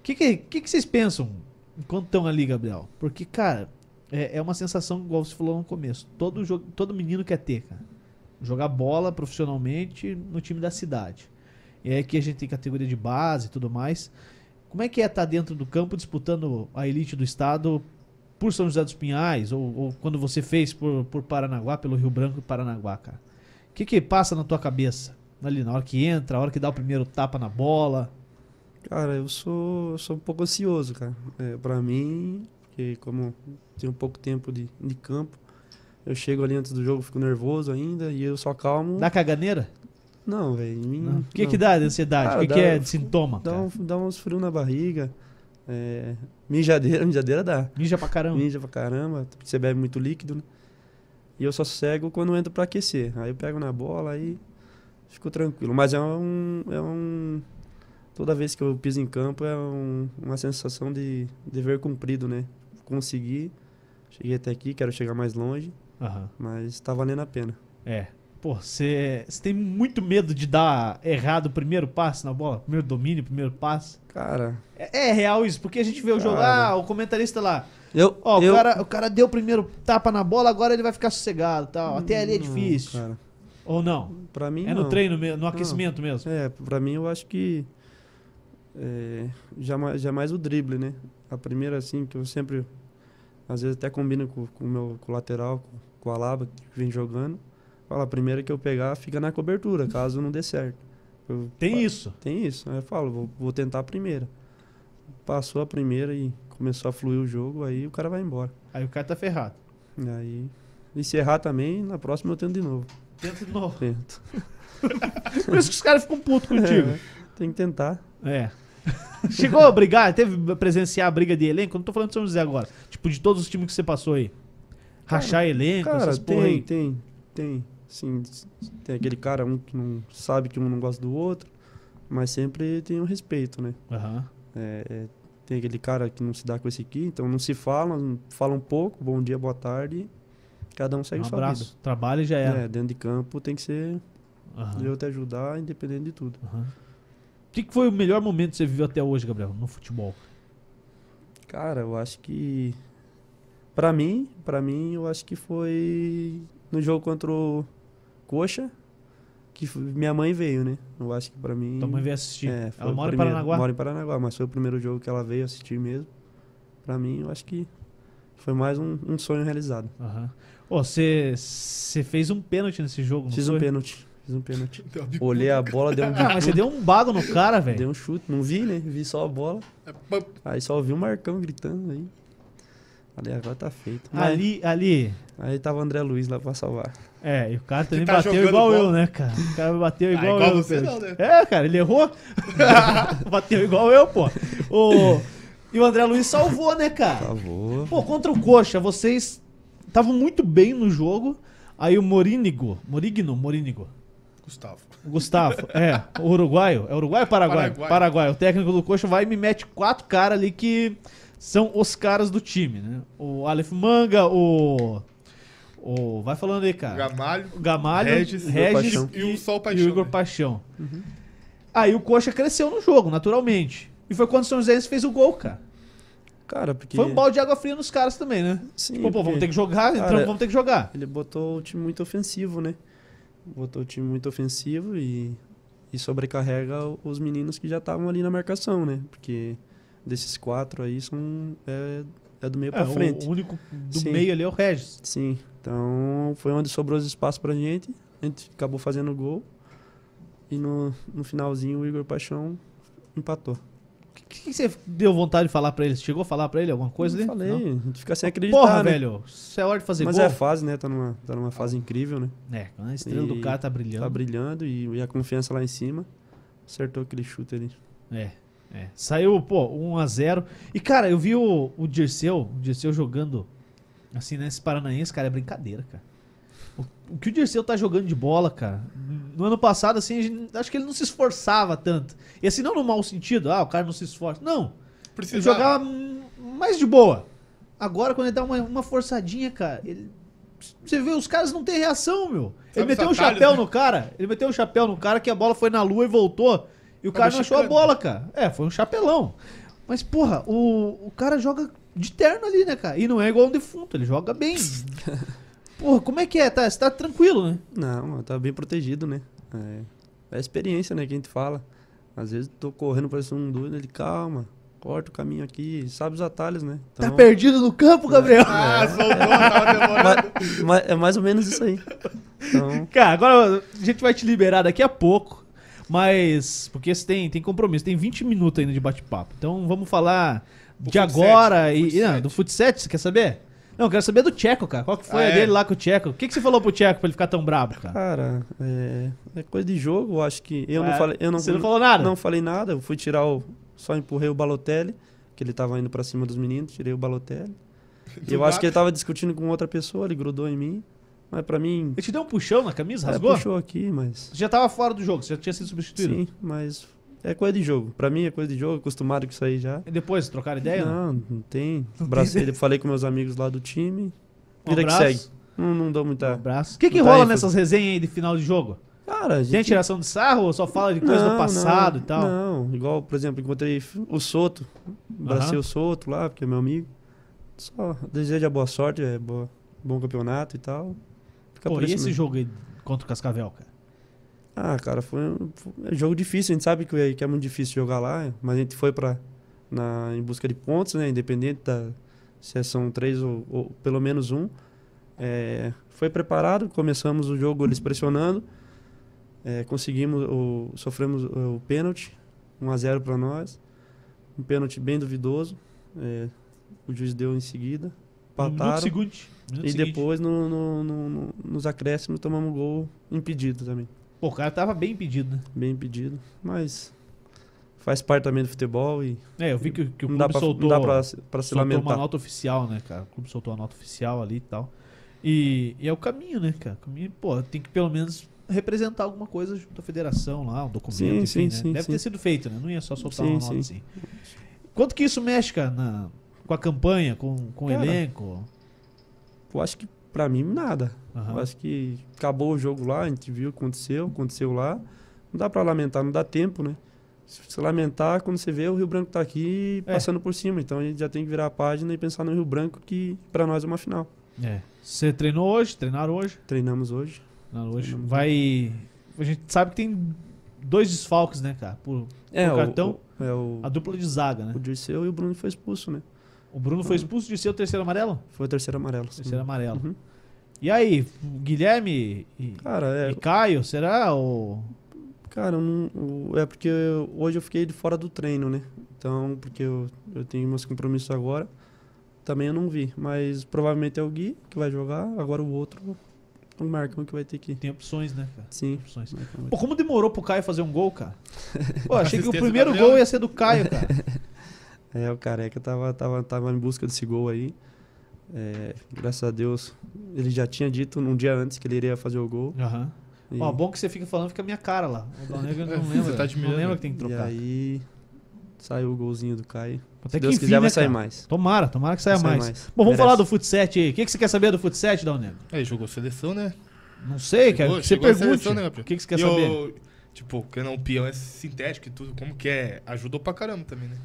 O que, que, que que vocês pensam enquanto estão ali, Gabriel? Porque, cara, é, é uma sensação igual você falou no começo. Todo, jogo, todo menino quer ter, cara. Jogar bola profissionalmente no time da cidade. E aí que a gente tem categoria de tá base e tudo mais. Como é que é estar dentro do campo disputando a elite do estado por São José dos Pinhais, ou, ou quando você fez por, por Paranaguá, pelo Rio Branco e Paranaguá, cara? O que que passa na tua cabeça? Ali, na hora que entra, na hora que dá o primeiro tapa na bola.
Cara, eu sou, eu sou um pouco ansioso, cara. É, pra mim, porque como tenho um pouco tempo de, de campo, eu chego ali antes do jogo, fico nervoso ainda e eu só calmo.
Dá caganeira?
Não, velho. em mim,
O que
não.
que dá de ansiedade? O
Cara,
que, que
dá-
é de sintoma?
Dá,
cara?
um, dá uns frios na barriga. É, mijadeira, mijadeira dá.
Mija pra caramba.
Mija pra caramba, você bebe muito líquido, né? E eu só cego quando entro pra aquecer. Aí eu pego na bola aí fico tranquilo. Mas é um. É um toda vez que eu piso em campo é um- uma sensação de dever cumprido, né? Consegui, cheguei até aqui, quero chegar mais longe,
Aham.
mas tá valendo a pena.
É. Pô, você você tem muito medo de dar errado o primeiro passe na bola? Primeiro domínio, primeiro passe?
Cara,
É, é real isso, porque a gente vê o jogo.
Cara.
Ah, o comentarista lá.
eu.
Ó,
eu...
o, cara, o cara deu o primeiro tapa na bola, agora ele vai ficar sossegado e tal. Até ali é
Não,
difícil.
Hum, cara,
Ou não?
pra mim,
É no
não.
treino mesmo, no aquecimento mesmo.
É, pra mim eu acho que é, jamais, jamais o drible, né? A primeira, assim, que eu sempre, às vezes até combino com com o meu com o lateral, com, com o Alaba, que vem jogando. Fala, a primeira que eu pegar fica na cobertura, caso não dê certo. Eu-
Tem isso.
Tem isso, aí eu falo, vou, vou tentar a primeira. Passou a primeira e começou a fluir o jogo, aí o cara vai embora.
Aí o cara tá ferrado.
E aí, e se errar também, na próxima eu tento de novo.
Tenta de novo.
Tento.
Por isso que os caras ficam putos contigo.
Tem que tentar.
É. Chegou a brigar, teve presenciar a briga de elenco? Eu Não tô falando de São José agora. Tipo, de todos os times que você passou aí. Rachar elenco,
Cara,
essas porra
tem,
aí.
tem, tem. Sim, tem aquele cara, um que não sabe que um não gosta do outro, mas sempre tem um respeito, né?
Aham.
É, é, tem aquele cara que não se dá com esse aqui, então não se falam, falam um pouco, bom dia, boa tarde, cada um segue
Um
sua
abraço. Trabalho e já
vida.
era.
É, dentro de campo tem que ser
Aham.
eu te ajudar, independente de tudo.
Aham. O que, que foi o melhor momento que você viveu até hoje, Gabriel, no futebol?
Cara, eu acho que pra mim, para mim, eu acho que foi no jogo contra o Coxa que f- minha mãe veio, né? Eu acho que pra mim
Tua mãe veio assistir.
É, foi
Ela
o
mora em
primeiro.
Paranaguá?
Mora em Paranaguá, mas foi o primeiro jogo que ela veio assistir mesmo. Pra mim, eu acho que foi mais um, um sonho realizado.
Aham. Ô, você você fez um pênalti nesse jogo, não
Fiz
foi?
um pênalti, fiz um pênalti.
Deu uma bicuda.
Olhei a bola, dei um,
Ah, mas você deu um bago no cara,
dei
velho.
um chute, não vi, né? Vi só a bola.
É, pam.
Aí só ouvi o Marcão gritando aí. Falei, agora tá feito. Mas-
Ali, ali.
Aí tava o André Luiz lá pra salvar.
É, e o cara também
tá
bateu
jogando
igual
bola.
eu, né, cara? O cara bateu
Ah,
igual,
igual
eu.
você
cara.
não, né?
É, cara, ele errou. bateu igual eu, pô. O... E o André Luiz salvou, né, cara?
Salvou.
Pô, contra o Coxa, vocês estavam muito bem no jogo. Aí o Morínigo, Morigno, Morínigo,
Gustavo.
o Gustavo, é, o uruguaio, é uruguaio ou Paraguai? Paraguai.
Paraguai.
o técnico do Coxa vai e me mete quatro caras ali que são os caras do time, né? O Aleph Manga, o... o vai falando aí, cara.
Gamalho.
O Gamalho,
Regis,
Regis,
Igor
Paixão. E o Sol
e
Paixão,
o Igor
né?
Paixão.
Uhum.
Aí o Coxa cresceu no jogo, naturalmente. E foi quando o São José fez o gol, cara.
Cara, porque.
Foi um balde de água fria nos caras também, né?
Sim,
Tipo, pô,
porque
vamos ter que jogar, então
Cara,
vamos ter que jogar.
Ele botou o time muito ofensivo, né? Botou o time muito ofensivo e, e sobrecarrega o- os meninos que já estavam ali na marcação, né? Porque desses quatro aí são. É, é do meio
É,
pra frente.
o único do
Sim.
meio ali é o Regis.
Sim. Então foi onde sobrou os espaços pra gente. A gente acabou fazendo gol. E no, no finalzinho o Igor Paixão empatou.
O que, que você deu vontade de falar pra ele? Você chegou a falar pra ele alguma coisa
Eu
ali?
falei,
Não?
a gente fica sem acreditar.
Porra,
né?
velho, isso é hora de fazer
Mas
gol.
é a fase, né? Tá numa, tá numa fase incrível, né?
É, quando a estrela do
E
cara tá brilhando.
Tá brilhando e, e a confiança lá em cima. Acertou aquele chute ali.
É, é. Saiu, pô, 1x0. E, cara, eu vi o, o Dirceu, o Dirceu jogando assim, né? Esse paranaense, cara, é brincadeira, cara. O, o que o Dirceu tá jogando de bola, cara? No ano passado, assim, a gente- acho que ele não se esforçava tanto. E assim, não no mau sentido, ah, o cara não se esforça. Não. Ele
Precisava.
jogava hum, mais de boa. Agora, quando ele dá uma, uma forçadinha, cara, ele. Você vê, os caras não têm reação, meu.
Sabe
ele meteu um
os atalhos,
chapéu
né?
no cara. Ele meteu um chapéu no cara que a bola foi na lua e voltou. E o
Tá
cara não achou a
mexicano.
bola, cara. É, foi um chapelão. Mas, porra, o, o cara joga de terno ali, né, cara? E não é igual um defunto, ele joga bem. porra, como é que é? Tá, você tá tranquilo, né?
Não, tá bem protegido, né? É, é a experiência, né, que a gente fala. Às vezes tô correndo, parece um doido, ele, calma, corta o caminho aqui, sabe os atalhos, né?
Tá perdido no campo, Gabriel?
Então- Ah, soltou, tava demorando.
ma- ma- é mais ou menos isso aí. Então,
Cara, agora a gente vai te liberar daqui a pouco. Mas, porque você tem, tem compromisso, tem 20 minutos ainda de bate-papo. Então vamos falar
Do
de
fut
agora
sete, do
e.
fut
não,
sete.
do futset, você quer saber? Não, eu quero saber do Tcheco, cara. Qual que foi
Ah,
a
é?
dele lá com o Tcheco? O que, que você falou pro Tcheco pra ele ficar tão brabo, cara?
cara, é, é coisa de jogo, eu acho que. Eu
É,
não falei. Eu não,
você não falou nada?
Não falei nada, eu fui tirar o. Só empurrei o Balotelli, que ele tava indo pra cima dos meninos, tirei o Balotelli. E eu
Do
acho
nada.
que ele tava discutindo com outra pessoa, ele grudou em mim. Mas pra mim.
Ele te deu um puxão na camisa?
é,
Rasgou?
puxou aqui, mas.
Você já tava fora do jogo, você já tinha sido substituído.
Sim, mas é coisa de jogo. Pra mim é coisa de jogo, acostumado com isso aí já.
E depois, trocaram ideia? né?
Não, não tem. Abracei, falei com meus amigos lá do time.
Um
Vida que
abraço.
segue. Não, não dou
Um
muita.
abraço. O que, que
Não tá
rola
aí,
nessas resenhas aí de final de jogo?
Cara, a gente.
Tem tiração de sarro ou só fala de coisa
Não,
do
não,
passado e tal?
Não, igual, por exemplo, encontrei o Soto. Abracei
Aham.
o Soto lá, porque é meu amigo. Só desejo a boa sorte, é boa, bom campeonato e tal. Fica
Pô,
por
e
isso
esse
mesmo.
jogo aí contra o Cascavel, cara?
Ah, cara, foi um, foi um jogo difícil. A gente sabe que é, que é muito difícil jogar lá, mas a gente foi pra, na, em busca de pontos, né? Independente da, se são três ou, ou pelo menos um. É, foi preparado, começamos o jogo eles pressionando. É, conseguimos, o, sofremos o pênalti, 1 a 0 para nós. Um pênalti bem duvidoso. é, o juiz deu em seguida.
No minuto
Empataram.
seguinte. minuto
E
seguinte.
depois, no, no- no- no- nos acréscimos, tomamos gol impedido também.
Pô, o cara tava bem impedido, né?
Bem impedido, mas faz parte também do futebol e
É, eu vi que, que o
não
clube
dá pra,
soltou,
não dá pra, se- pra se
soltou uma
lamentar.
nota oficial, né, cara? O clube soltou uma nota oficial ali e tal. E, e é o caminho, né, cara? O caminho, pô, tem que pelo menos representar alguma coisa junto à federação lá, um documento,
Sim,
enfim,
sim,
né?
sim,
Deve
sim.
ter sido feito, né? Não ia só soltar
Sim,
uma nota
sim.
assim. Quanto que isso mexe, cara, na- com a campanha, com, com o
Cara,
elenco?
Eu acho que pra mim nada.
Aham.
Eu acho que acabou o jogo lá, a gente viu o que aconteceu, aconteceu lá. Não dá pra lamentar, não dá tempo, né? Se se lamentar, quando você vê, o Rio Branco tá aqui
É.
passando por cima. Então a gente já tem que virar a página e pensar no Rio Branco, que pra nós é uma final.
É. Você treinou hoje? Treinaram hoje?
Treinamos hoje.
Não, hoje vai. A gente sabe que tem dois desfalques, né, cara? Por,
É,
o cartão?
O, é o,
a dupla de zaga, né?
o Dirceu e o Bruno foi expulso, né?
O Bruno foi expulso de ser o terceiro amarelo?
Foi o terceiro amarelo.
Terceiro amarelo.
Uhum.
E aí, o Guilherme e,
Cara,
e
é,
Caio, será? O...
Cara, eu não, o- é porque eu- hoje eu fiquei de fora do treino, né? Então, porque eu, eu tenho meus compromissos agora. Também eu não vi, mas provavelmente é o Gui que vai jogar, agora o outro, o Marcão que vai ter que ir.
Tem opções, né, cara?
Sim.
Opções.
Marcão vai-
Pô, como demorou pro Caio fazer um gol, cara? Pô, achei que o
Assistência do
primeiro
Gabriel,
gol
né?
ia ser do Caio, cara.
É, o Careca tava, tava, tava em busca desse gol aí. É, graças a Deus, ele já tinha dito um dia antes que ele iria fazer o gol.
Aham.
E,
Ó, é bom que você fica falando, fica a minha cara lá. O Dalnego não lembra.
Você tá
não
admirando.
lembra que tem que
e
trocar.
aí saiu o golzinho do Caio.
Até
Se
que
Deus
enfim,
quiser
né,
vai sair
cara?
mais.
Tomara, tomara que saia
Vai sair
mais.
mais.
Bom, vamos
Merece.
falar do Futset aí. O que, que você quer saber do Futset, Dalnego?
Aí, jogou seleção, né?
Não sei,
Chegou-
cara. que Você
chegou a
pergunte.
seleção, né, Gabriel?
o que, que você quer
E o-
saber?
Tipo, que não, o peão é sintético e tudo, como que é? Ajudou pra caramba também, né?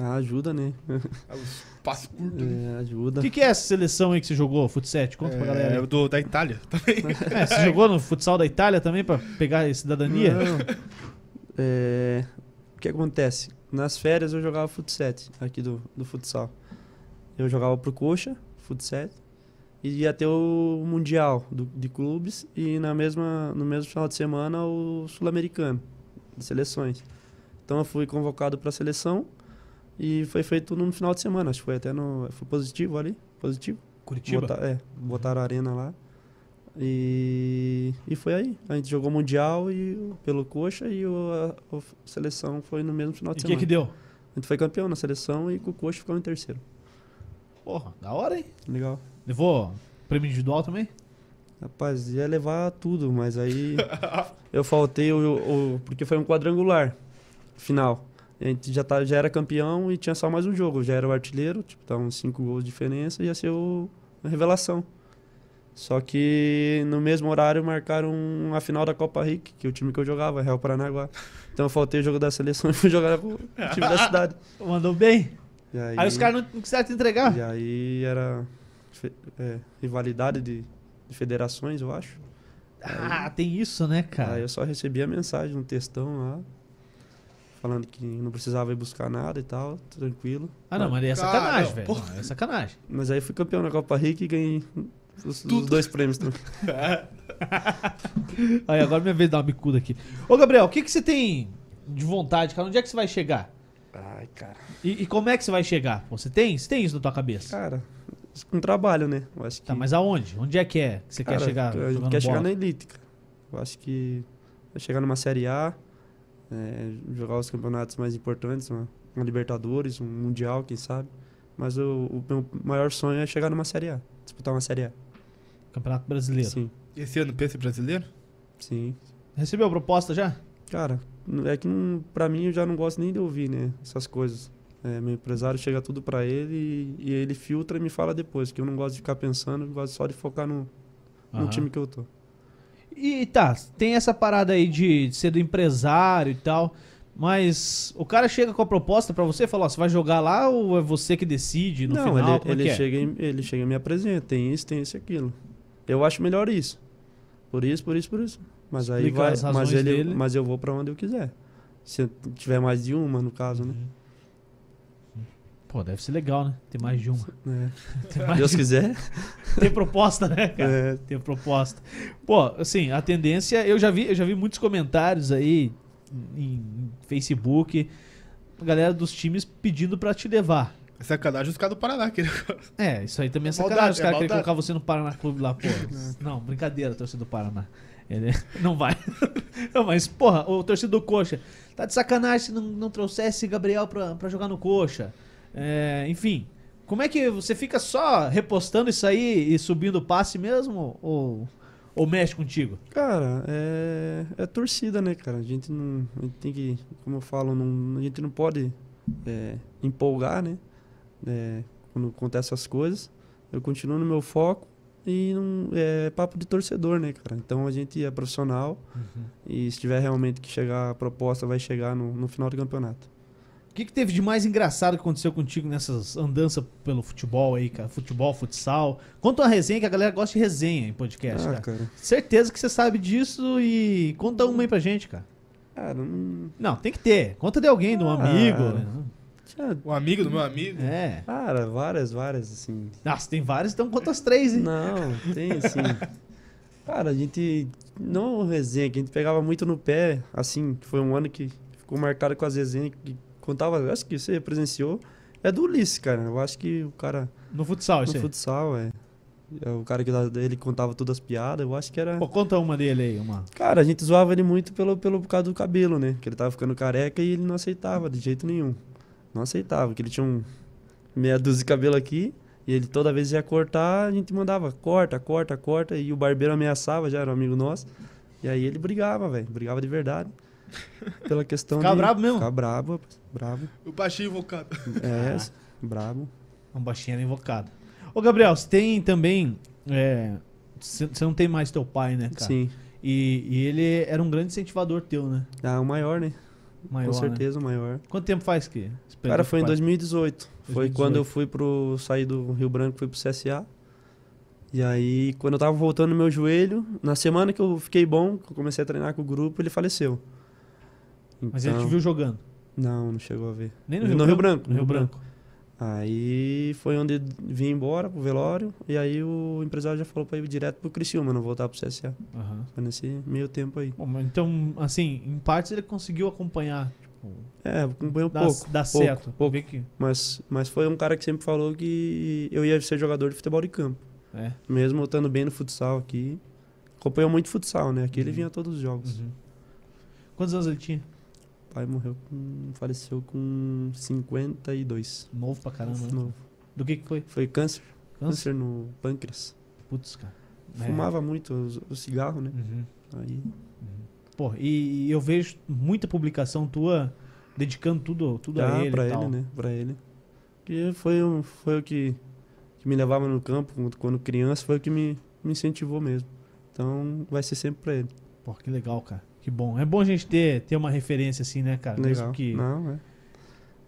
Ah, ajuda, né?
Os passos curtos. né?
É, ajuda.
O que, que é essa seleção aí que você jogou, futsal? Conta pra
É,
galera.
o
aí.
do, da Itália também.
É, você jogou no futsal da Itália também pra pegar a cidadania?
Não. É, o que acontece? Nas férias eu jogava futsal aqui do, do futsal. Eu jogava pro Coxa, futsal. E ia ter o Mundial do- de Clubes e na mesma, no mesmo final de semana o Sul-Americano, de seleções. Então eu fui convocado para a seleção e foi feito num final de semana, acho que foi até no. Foi positivo ali? Positivo?
Curitiba?
Botar- é, botaram a arena lá. E, e foi aí. A gente jogou Mundial e, o- pelo Coxa e o, a, a seleção foi no mesmo final
E
de
o que
semana.
que deu?
A gente foi campeão na seleção e com o Coxa ficamos em terceiro.
Porra, da hora, hein?
Legal.
Levou prêmio individual também?
Rapaz, ia levar tudo, mas aí eu faltei o, o- porque foi um quadrangular final. A gente já, tá, já era campeão e tinha só mais um jogo. Já era o artilheiro, tipo, estavam cinco gols de diferença, ia ser o, a revelação. Só que no mesmo horário marcaram um, a final da Copa Rick, que é o time que eu jogava, Real Paranaguá. Então eu faltei o jogo da seleção e fui jogar com o time da cidade.
Mandou bem.
E aí,
Aí os caras não, não quiseram te entregar.
e aí era fe- é, rivalidade de- de federações, eu acho.
Ah, tem isso, né,
Aí
cara?
eu só recebi a mensagem, um textão lá. falando que não precisava ir buscar nada e tal, tranquilo.
Ah, não, mas aí é
Cara,
sacanagem,
não,
velho.
porra.
Não, É sacanagem.
Mas aí fui campeão na Copa Rica e ganhei os- os,
Tudo.
dois prêmios também.
Aí agora é minha vez de dar uma bicuda aqui. Ô, Gabriel, o que, que você tem de vontade, cara? Onde é que você vai chegar?
Ai, cara.
E, e como é que você vai chegar? Pô, Você tem? Você tem isso na tua cabeça?
Cara, com trabalho, né? Eu acho que.
Tá, mas aonde? Onde é que é que você quer
Cara,
chegar?
A gente
jogando
quer chegar
bola?
na elite, cara. Eu acho que vai chegar numa Série A, é, jogar os campeonatos mais importantes, uma, uma Libertadores, um Mundial, quem sabe. Mas o, o meu maior sonho é chegar numa Série A, disputar uma Série A.
Campeonato Brasileiro.
Sim,
Esse ano pensa em brasileiro?
sim.
Recebeu a proposta já?
Cara, n- é que não, pra mim eu já não gosto nem de ouvir, né? Essas coisas. É, meu empresário chega tudo pra ele e, e ele filtra e me fala depois, que eu não gosto de ficar pensando, eu gosto só de focar no, no
Aham.
time que eu tô.
E tá, tem essa parada aí de, de ser do empresário e tal. Mas o cara chega com a proposta pra você e fala, ó, você vai jogar lá ou é você que decide no
não,
final?
ele,
Como é
ele
que é?
chega e, ele chega e me apresenta, tem isso, tem isso e aquilo. Eu acho melhor isso. Por isso, por isso, por isso. Mas aí
Explica
vai,
as razões
mas ele,
dele.
mas eu vou pra onde eu quiser. Se tiver mais de uma, no caso, né?
Pô, deve ser legal, né? Tem mais de uma.
É.
Tem, mais
Deus
de...
quiser.
tem proposta, né, cara?
É,
Tem proposta. Pô, assim, a tendência, eu já vi, eu já vi muitos comentários aí em em Facebook, a galera dos times pedindo pra te levar.
É sacanagem os caras do Paraná, que
É, isso aí também é sacanagem. Os
Maldade, é
caras querem
maldade.
colocar você no Paraná Clube lá, pô. Não, brincadeira, torcida do Paraná. Ele- Não vai. Não, mas, porra, o torcedor do Coxa. Tá de sacanagem se não, não trouxesse Gabriel pra, pra jogar no Coxa. É, enfim, como é que você fica só repostando isso aí e subindo o passe mesmo? Ou, ou mexe contigo?
Cara, é, é torcida, né, cara? A gente não. A gente tem que, como eu falo, não, a gente não pode é, empolgar, né? É, quando acontece essas coisas. Eu continuo no meu foco e não, é papo de torcedor, né, cara? Então a gente é profissional e se tiver realmente que chegar a proposta, vai chegar no, no final do campeonato.
O que, que teve de mais engraçado que aconteceu contigo nessas andanças pelo futebol aí, cara? Futebol, futsal. Conta uma resenha que a galera gosta de resenha em podcast,
ah,
cara.
cara.
Certeza que você sabe disso e conta uma aí pra gente, cara.
Cara, não.
Não, tem que ter. Conta de alguém,
Ah.
de um amigo.
tinha-
O um amigo do meu amigo.
É.
Cara, várias, várias, assim.
Nossa, tem vários, então conta as três, hein?
Não, tem assim. Cara, a gente. Não resenha, que a gente pegava muito no pé, assim, que foi um ano que ficou marcado com as resenhas que contava, eu acho que você presenciou. É do Ulisses, cara. Eu acho que o cara
No futsal, isso
no
aí.
futsal, é. é o cara que dá- ele contava todas as piadas, eu acho que era.
Pô, conta uma dele aí, uma.
Cara, a gente zoava ele muito pelo, pelo por causa do cabelo, né? Que ele tava ficando careca e ele não aceitava de jeito nenhum. Não aceitava, que ele tinha um meia dúzia de cabelo aqui e ele toda vez ia cortar, a gente mandava corta, corta, corta e o barbeiro ameaçava, já era um amigo nosso. E aí ele brigava, velho, brigava de verdade. Pela questão
Ficava
de...
bravo mesmo?
Ficava brabo, rapaz, brabo.
O baixinho invocado.
É, brabo.
Um baixinho era invocado. Ô, Gabriel, você tem também. é, Você você não tem mais teu pai, né, cara?
Sim.
E, e ele era um grande incentivador teu, né?
Ah, o maior, né?
Maior, né?
Com certeza o maior.
Quanto tempo faz que? você perdeu
Cara,
teu
foi em
pai?
2018. Foi
2018.
quando eu fui pro. saí do Rio Branco, fui pro CSA. E aí, quando eu tava voltando no meu joelho, na semana que eu fiquei bom, que eu comecei a treinar com o grupo, ele faleceu.
Mas
Então-
ele te viu jogando.
Não, não chegou a ver.
Nem
No Rio Branco,
No Rio Branco.
Aí foi onde eu vim embora pro velório. E aí o empresário já falou pra ir direto pro Criciúma, não voltar pro CSA.
Aham.
Foi nesse meio tempo aí.
Bom, mas então, assim, em partes ele conseguiu acompanhar. Tipo,
É, acompanhou um
dá,
pouco.
dá
pouco,
certo.
pouco.
Vê que-
Mas, mas foi um cara que sempre falou que eu ia ser jogador de futebol de campo.
É.
Mesmo eu estando bem no futsal aqui. Acompanhou muito futsal, né? Aqui ele vinha a todos os jogos.
Uhum. Quantos anos ele tinha?
O pai morreu com. faleceu com 52.
Novo pra caramba. né?
Novo.
Do que que foi?
Foi câncer.
Câncer?
Câncer no pâncreas.
Putz, cara. É.
Fumava muito o- o cigarro, né?
Uhum.
Aí.
Pô, e, e eu vejo muita publicação tua dedicando tudo, tudo
Já
a ele
pra
e tal.
ele, né? Pra ele. Que foi, um- foi o que, que me levava no campo quando- quando criança, foi o que me, me incentivou mesmo. Então vai ser sempre pra ele.
Pô, que legal, cara. Que bom. É bom a gente ter, ter uma referência assim, né, cara?
Legal.
Mesmo que.
Não, é.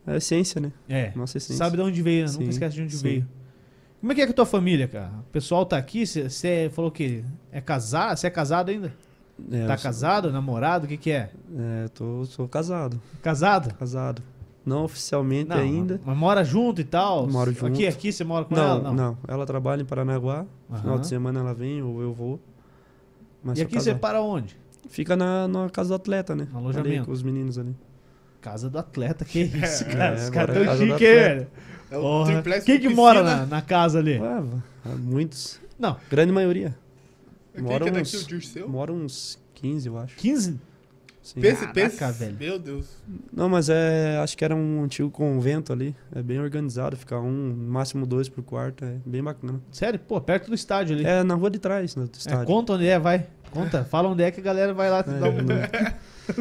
É essência, né?
É.
Nossa essência.
Sabe de onde veio, né?
Sim,
Nunca esquece de onde
sim.
veio. Como é que é com a tua família, cara? O pessoal tá aqui, você falou que é casar, você é casado ainda?
É,
Tá
eu sou-
casado, namorado, o que que é?
É, eu tô, sou casado,
Casado?
casado. Não oficialmente
Não,
ainda.
Mas mora junto e tal?
Moro
Aqui,
junto.
aqui você mora com
Não,
ela?
não, Ela trabalha em Paranaguá.
Aham.
Final de semana ela vem ou eu vou. Mas
E
sou
aqui você
casado.
para onde?
Fica na, na casa do atleta, né?
No alojamento.
Ali, com os meninos ali.
Casa do atleta, que isso, cara?
É,
Os caras
mora
tão
na casa do
chique, hein,
atleta.
velho?
É o
Porra.
triplex
Quem
com
que
piscina.
mora na, na casa ali?
Ah, há muitos.
É. Não.
Grande maioria.
Quem
Mora
que é daqui,
uns-
o Dirceu?
Mora uns 15, eu acho.
15?
Sim.
Pensa,
Caraca,
pensa.
velho.
Meu Deus.
Não, mas é. Acho que era um antigo convento ali. É bem organizado, fica um, no máximo dois por quarto. É bem bacana.
Sério? Pô, perto do estádio ali.
É na rua de trás, no
É,
estádio.
conta onde é, vai. Conta, fala onde é que a galera vai lá te
É,
dar um-
não-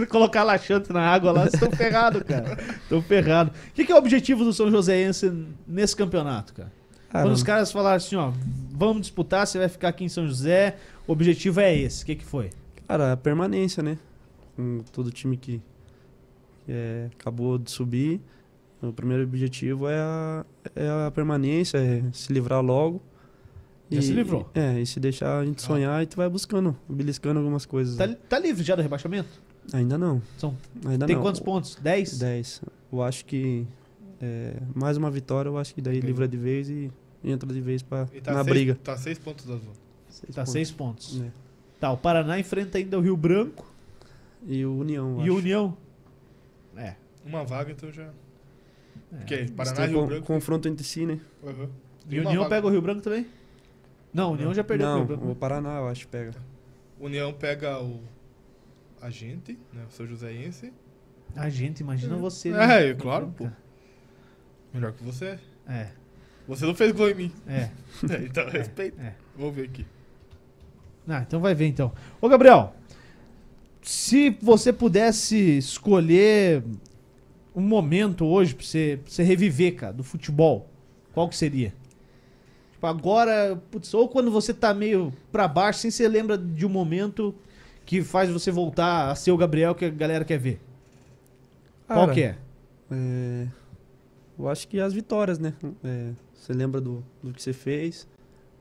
colocar laxante na água lá, vocês estão ferrados, cara. Estão ferrados. O que, que é o objetivo do São Joséense nesse campeonato, cara?
Cara,
Quando os caras falaram assim, ó, vamos disputar, você vai ficar aqui em São José, o objetivo é esse. O que, que foi?
Cara, a permanência, né? Com todo time que, que, é, acabou de subir. O primeiro objetivo é a, é a permanência, é se livrar logo.
Já se livrou.
É, e se deixar a gente
Ah.
sonhar e tu vai buscando, beliscando algumas coisas.
Tá,
né?
tá livre já do rebaixamento?
Ainda não.
São-
Ainda
Tem
não.
quantos pontos? 10?
10. Eu acho que é, mais uma vitória, eu acho que daí
Ganhou.
livra de vez e entra de vez pra,
E tá
na
seis,
briga.
Tá seis pontos da zona.
Tá
pontos.
6 pontos.
É.
Tá, o Paraná enfrenta ainda o Rio Branco
E o União, eu
e o
acho.
União. É.
Uma vaga, então já.
É.
Porque
Eles
Paraná e
têm
Rio
con-
Branco.
confronto entre si, né?
Uhum.
E
Tem
o
uma
União
vaga.
pega o Rio Branco também? Não, o União já perdeu o
não,
Rio Branco.
o Paraná, eu acho, pega.
União pega o. A gente, né? O São Joséense.
A gente, imagina você. né?
É, é claro, pô. Melhor que você.
É,
Você não fez gol em mim.
é.
É, então respeita.
é.
Vou ver aqui.
Ah, então vai ver então. Ô, Gabriel, se você pudesse escolher um momento hoje pra você, pra você reviver, cara, do futebol, qual que seria? Tipo, agora, putz, ou quando você tá meio pra baixo, sem você lembra de um momento que faz você voltar a ser o Gabriel que a galera quer ver. qual
Cara,
que é?
É, eu acho que as vitórias, né? É, você lembra do, do que você fez.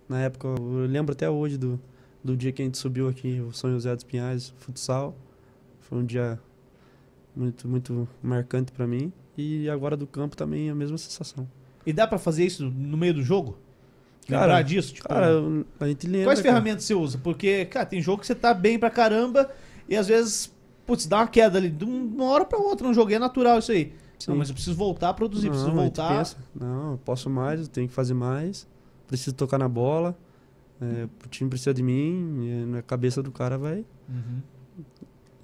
Na época, eu lembro até hoje do, do dia que a gente subiu aqui, o São José dos Pinhais, futsal. Foi um dia muito, muito marcante pra mim. E agora do campo também é a mesma sensação.
E dá pra fazer isso no meio do jogo?
Cara,
Lembrar disso? Tipo,
Cara, eu- a gente lembra.
Quais
né, cara.
ferramentas você usa? Porque, cara, tem jogo que você tá bem pra caramba e às vezes, putz, dá uma queda ali de uma hora pra outra. Um jogo é natural isso aí. Não,
Sim.
mas eu preciso voltar a produzir,
Não, é
preciso
a gente
voltar.
pensa, não, eu posso mais, eu tenho que fazer mais. Preciso tocar na bola. é, o time precisa de mim. e na cabeça do cara vai.
Uhum,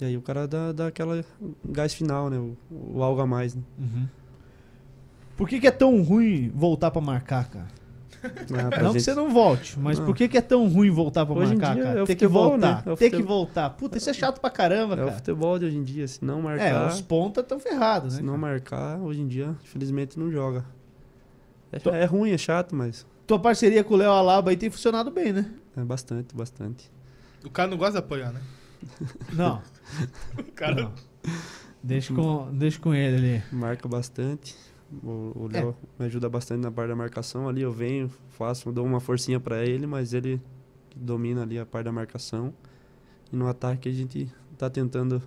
E aí o cara dá, dá aquela gás final, né? O, o algo a mais, né?
uhum. Por que, que é tão ruim voltar pra marcar, cara?
Ah, pra
Não que
gente-
você não volte, mas
Não.
por que, que é tão ruim voltar pra
Hoje em
marcar,
dia
cara?
é o
Ter
futebol,
que voltar,
né? É o
ter que
futebol.
voltar. Puta, isso é chato pra caramba,
É o
cara.
futebol de hoje em dia, se não
É,
marcar,
os pontas tão ferrados, né?
se não
cara?
marcar, hoje em dia, infelizmente, não joga. É,
Tô-
é ruim, é chato, mas
Tua parceria com o Léo Alaba aí tem funcionado bem, né?
é bastante, bastante.
O cara não gosta de apanhar, né?
Não,
O cara.
não. Deixa com, deixa com ele ali.
Marca bastante. O, o Léo me ajuda bastante na parte da marcação ali. Eu venho, faço, dou uma forcinha pra ele, mas ele domina ali a parte da marcação. E no ataque a gente tá tentando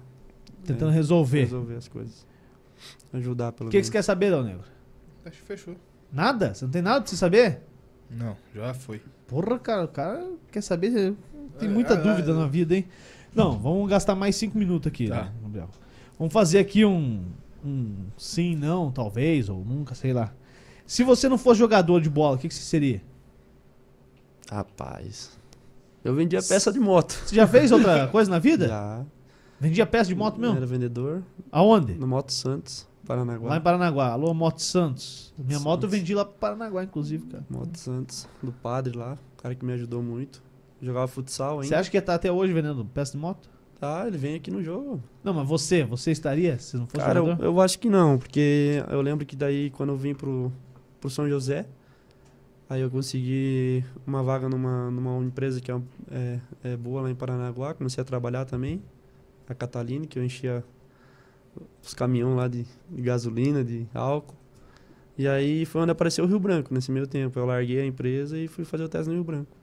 Tentando
é,
resolver.
resolver as coisas. Ajudar pelo
O que, que você quer saber, Dal Negro?
Acho que fechou.
Nada? Você não tem nada pra você saber?
Não, já foi.
Porra, cara, o cara quer saber. Tem
É,
muita
Ah, ah,
dúvida
ah.
na vida, hein? Não, vamos gastar mais cinco minutos aqui,
Tá.
né, Gabriel? Vamos fazer aqui um, um sim, não, talvez, ou nunca, sei lá. Se você não fosse jogador de bola, o que, que você seria?
Rapaz. Eu vendia peça de moto.
Você já fez outra coisa na vida?
Já.
Vendia peça de moto mesmo?
Era vendedor
Aonde?
no Moto Santos, Paranaguá.
Lá em Paranaguá. Alô, Moto Santos. Minha
Santos.
moto eu vendi lá pro Paranaguá, inclusive, cara.
Moto Santos, do padre lá, o cara que me ajudou muito. Jogava futsal ainda.
Você acha que ia estar até hoje vendendo peça de moto?
Tá, ele vem aqui no jogo.
Não, mas você, você estaria se não fosse
Cara, eu,
jogador?
eu acho que não, porque eu lembro que daí quando eu vim pro, pro São José, aí eu consegui uma vaga numa, numa empresa que é, é, é boa lá em Paranaguá, comecei a trabalhar também, a Cataline, que eu enchia os caminhões lá de, de gasolina, de álcool. E aí foi onde apareceu o Rio Branco, nesse meio tempo. Eu larguei a empresa e fui fazer o teste no Rio Branco.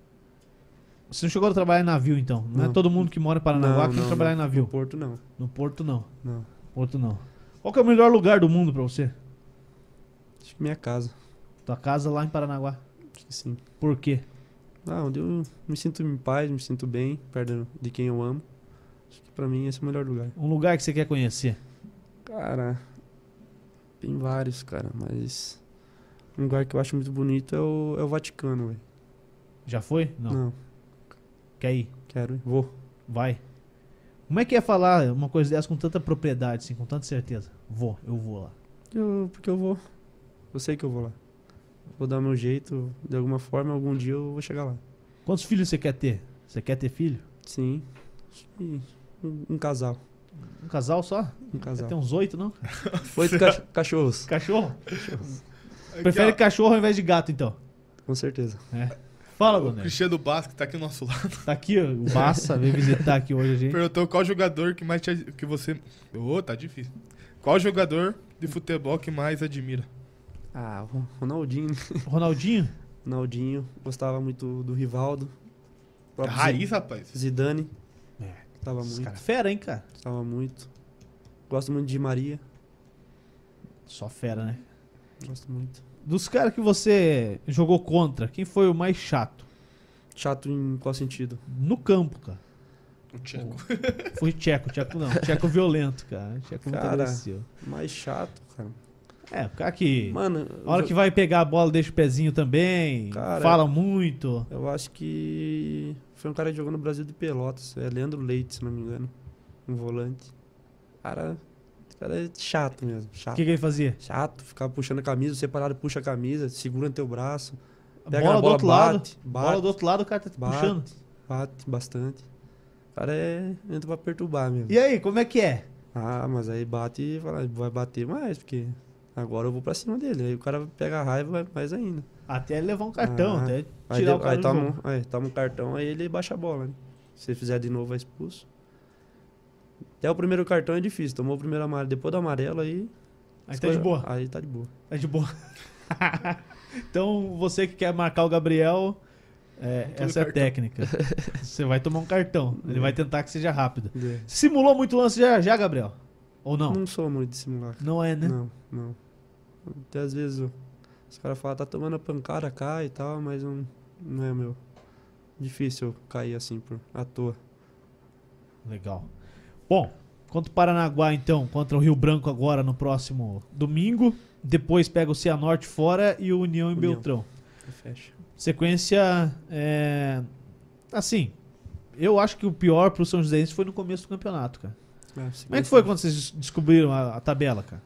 Você não chegou a trabalhar em navio, então. Não, é
Não.
todo mundo que mora em Paranaguá
Não,
que
não,
trabalhar em
No
navio.
Porto, não.
No Porto, não.
Não.
Porto, não. Qual que é o melhor lugar do mundo pra você?
Acho que minha casa.
Tua casa lá em Paranaguá.
Acho que sim.
Por quê?
Ah, onde eu me sinto em paz, me sinto bem, perto de quem eu amo. Acho que pra mim esse é o melhor lugar.
Um lugar que você quer conhecer.
Cara, tem vários, cara, mas. Um lugar que eu acho muito bonito é o, é o Vaticano, velho.
Já foi? Não. Quer ir?
quero ir. Vou.
Vai. Como é que é falar uma coisa dessa com tanta propriedade, assim, com tanta certeza? Vou, eu vou lá.
Eu, porque eu vou. Eu sei que eu vou lá. Vou dar o meu jeito, de alguma forma, algum dia eu vou chegar lá.
Quantos filhos você quer ter? Você quer ter filho?
Sim. Acho que um, um casal.
Um casal só?
Um
Quer
casal.
ter uns oito, não?
Oito ca- cachorros,
Cachorro? Prefere cachorro ao invés de gato, então.
com certeza.
Fala,
O
dona. Eva.
Cristiano Basque tá aqui do nosso lado.
Tá aqui, ó, o Massa veio visitar aqui hoje a gente.
Perguntou qual jogador que mais te, que você. Ô, tá difícil. Qual jogador de futebol que mais admira?
Ah, o Ronaldinho.
Ronaldinho?
Ronaldinho. Gostava muito do Rivaldo. O próprio
Raiz, rapaz.
Zi- Zidane.
É,
Gostava
Esse
muito.
cara é fera, hein, cara?
Gostava muito. Gosto muito de Maria.
Só fera, né?
Gosto muito.
Dos caras que você jogou contra, quem foi o mais chato?
Chato em qual sentido?
No campo, cara.
O Thiago.
Foi tcheco, tcheco não. Tcheco violento, cara. Tcheco muito
Cara.
agressivo.
Mais chato, cara.
É, o cara que.
Mano,
A hora
eu-
que vai pegar a bola, deixa o pezinho também.
Cara,
fala muito.
Eu acho que foi um cara que jogou no Brasil de Pelotas. É Leandro Leite, se não me engano. Um volante. Cara, cara é chato mesmo.
O
Chato.
que, que ele fazia?
Chato, ficar puxando a camisa, separado, puxa a camisa, segura no teu braço, Pega
bola,
a
do
bola,
outro
bate,
lado.
bate.
bola do outro lado, o cara tá te
Bate.
puxando.
bate bastante. O cara é, entra pra perturbar mesmo.
E aí, como é que é?
Ah, mas aí bate e fala, vai bater mais, porque agora eu vou pra cima dele. Aí o cara pega a raiva vai mais ainda.
Até ele levar um cartão,
Ah,
até
Aí,
tirar
deu-
o cara
aí
do
toma,
jogo.
um- aí toma um cartão, aí ele baixa a bola, né? Se ele fizer de novo, é expulso. Até o primeiro cartão é difícil. Tomou o primeiro amarelo, depois do amarelo, aí.
Aí tá de boa.
Aí tá de boa.
Tá de boa. então, você que quer marcar o Gabriel, é,
Todo
essa é a
cartão.
técnica. Você vai tomar um cartão. Ele vai tentar que seja rápido.
É.
Simulou muito lance já, já Gabriel? Ou não?
Não sou muito de simular.
Não é, né?
Não, não. Até às vezes ó, os caras falam, tá tomando a pancada, cai e tal, mas não, não é meu. Difícil eu cair assim por, à toa.
Legal. Bom, contra o Paranaguá, então, contra o Rio Branco agora no próximo domingo. Depois pega o Cianorte fora e o União em
União.
Beltrão.
Fecha.
Sequência. É... Assim, eu acho que o pior pro São Joséense foi no começo do campeonato, cara. Como é que
assim.
foi quando vocês des- descobriram a, a tabela, cara?